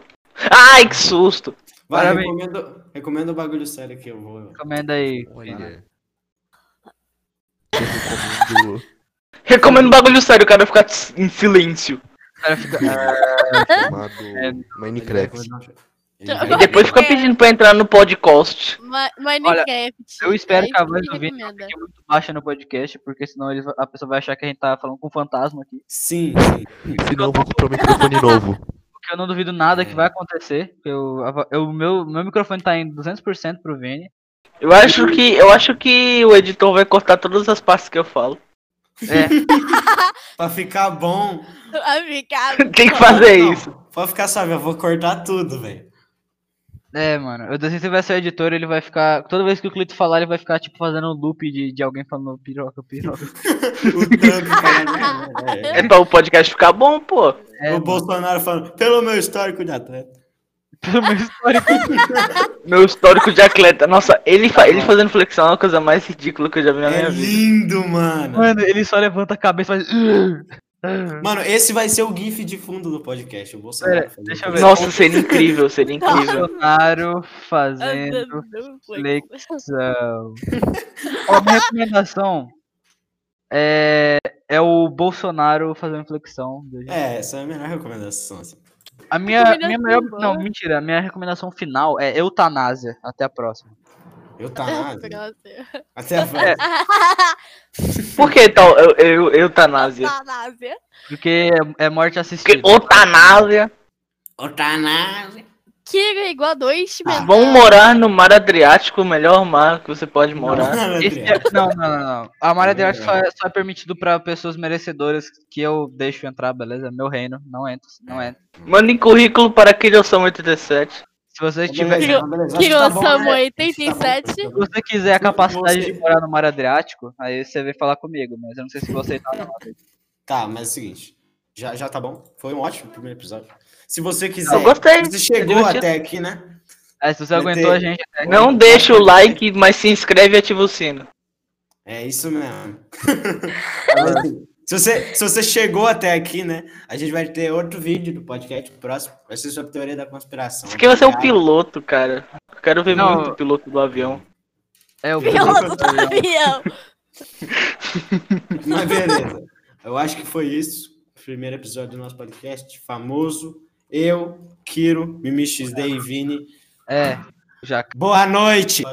S5: Ai, que susto!
S2: Vai,
S1: Parabéns.
S2: recomendo, recomendo o bagulho sério que eu vou.
S1: Recomenda aí.
S4: Olha. é Eu recomendo.
S5: Recomendo um bagulho sério, o cara ficar s- em silêncio.
S1: O cara fica. É.
S4: chamado Minecraft.
S5: E depois fica pedindo pra entrar no podcast.
S3: Ma- Minecraft.
S1: Eu espero
S3: Aí
S1: que a voz
S3: me
S1: do Vini não
S3: recomenda.
S1: fique é muito baixa no podcast, porque senão eles- a pessoa vai achar que a gente tá falando com um fantasma aqui.
S2: Sim, sim.
S4: Se não, eu vou comprar um microfone novo.
S1: O que eu não duvido nada que vai acontecer. Eu, a vo- eu, meu, meu microfone tá em 200% pro Vini.
S5: Eu acho que eu acho que o editor vai cortar todas as partes que eu falo.
S2: Pra ficar bom.
S3: Vai ficar-
S5: Tem que fazer
S2: Não,
S5: isso.
S2: Pode ficar suave, eu vou cortar tudo, velho.
S1: É, mano. Eu sei se ele vai ser o editor, ele vai ficar. Toda vez que o Clito falar, ele vai ficar, tipo, fazendo um loop de, de alguém falando piroca, piroca.
S2: O tanto falando, é,
S5: É pra o podcast ficar bom, pô.
S1: É,
S2: O Bolsonaro falando, pelo meu histórico de atleta.
S1: pelo meu histórico.
S5: Meu histórico de atleta. Nossa, ele, fa- ele fazendo flexão é a coisa mais ridícula que eu já vi na
S2: É
S5: minha vida.
S2: lindo, mano.
S1: Mano, ele só levanta a cabeça e faz.
S2: Mano, esse vai ser o GIF de fundo do podcast. O Bolsonaro.
S1: Pera,
S2: falando.
S1: deixa eu ver.
S5: Nossa, seria incrível, seria incrível.
S1: Bolsonaro fazendo flexão. Ó, minha recomendação é, é o Bolsonaro fazendo flexão.
S2: É, essa é a melhor recomendação. assim.
S1: A minha,
S3: Recomendação
S1: minha melhor.
S3: boa.
S1: Não, mentira. A minha recomendação final é eutanásia. Até a próxima.
S2: Eu tá nada.
S3: Nossa.
S2: Até a
S3: É.
S2: frase.
S5: Por que tal eu, eu, eutanásia?
S3: Eutanásia.
S1: Porque é, é morte assistida.
S5: Porque eutanásia.
S2: Otanase.
S3: Kira igual a dois. menor.
S5: Vão Ah. morar no mar Adriático, o melhor mar que você pode morar.
S2: Mano,
S1: Esse
S2: Adriano.
S1: é- não, não, não, não. A Maria de Arte só, é- só é permitido pra pessoas merecedoras que eu deixo entrar, beleza? Meu reino, não entra, não entra.
S5: Mandem currículo para aquele São 87.
S1: Se você tiver, se
S2: Beleza, beleza, acho
S3: Kira
S2: tá bom,
S3: Samu
S2: né?
S3: 87.
S1: você quiser a
S2: Não,
S1: capacidade
S2: você-
S1: de morar no Mar Adriático, aí você vem falar comigo, mas eu não sei se você tá não.
S2: Tá, mas é o seguinte. Já, já tá bom. Foi um ótimo primeiro episódio. Se você quiser.
S5: Eu gostei.
S2: Você chegou
S5: divertido.
S2: até aqui, né?
S1: Aí se você
S2: Vai
S1: aguentou
S2: ter-
S1: a gente até aqui,
S5: Não deixa o like, mas se inscreve e ativa o sino.
S2: É isso mesmo. Mas, assim, se, você, se você chegou até aqui, né? A gente vai ter outro vídeo do podcast próximo. Vai ser sobre a teoria da conspiração.
S5: Diz que você é um
S2: Obrigado.
S5: piloto, cara. Eu quero ver
S1: Não.
S5: muito o piloto do avião.
S1: é o
S3: Piloto do avião.
S2: Mas beleza. Eu acho que foi isso. Primeiro episódio do nosso podcast famoso. Eu, Kiro, MimiXD e Vini.
S1: É, já
S2: Boa noite!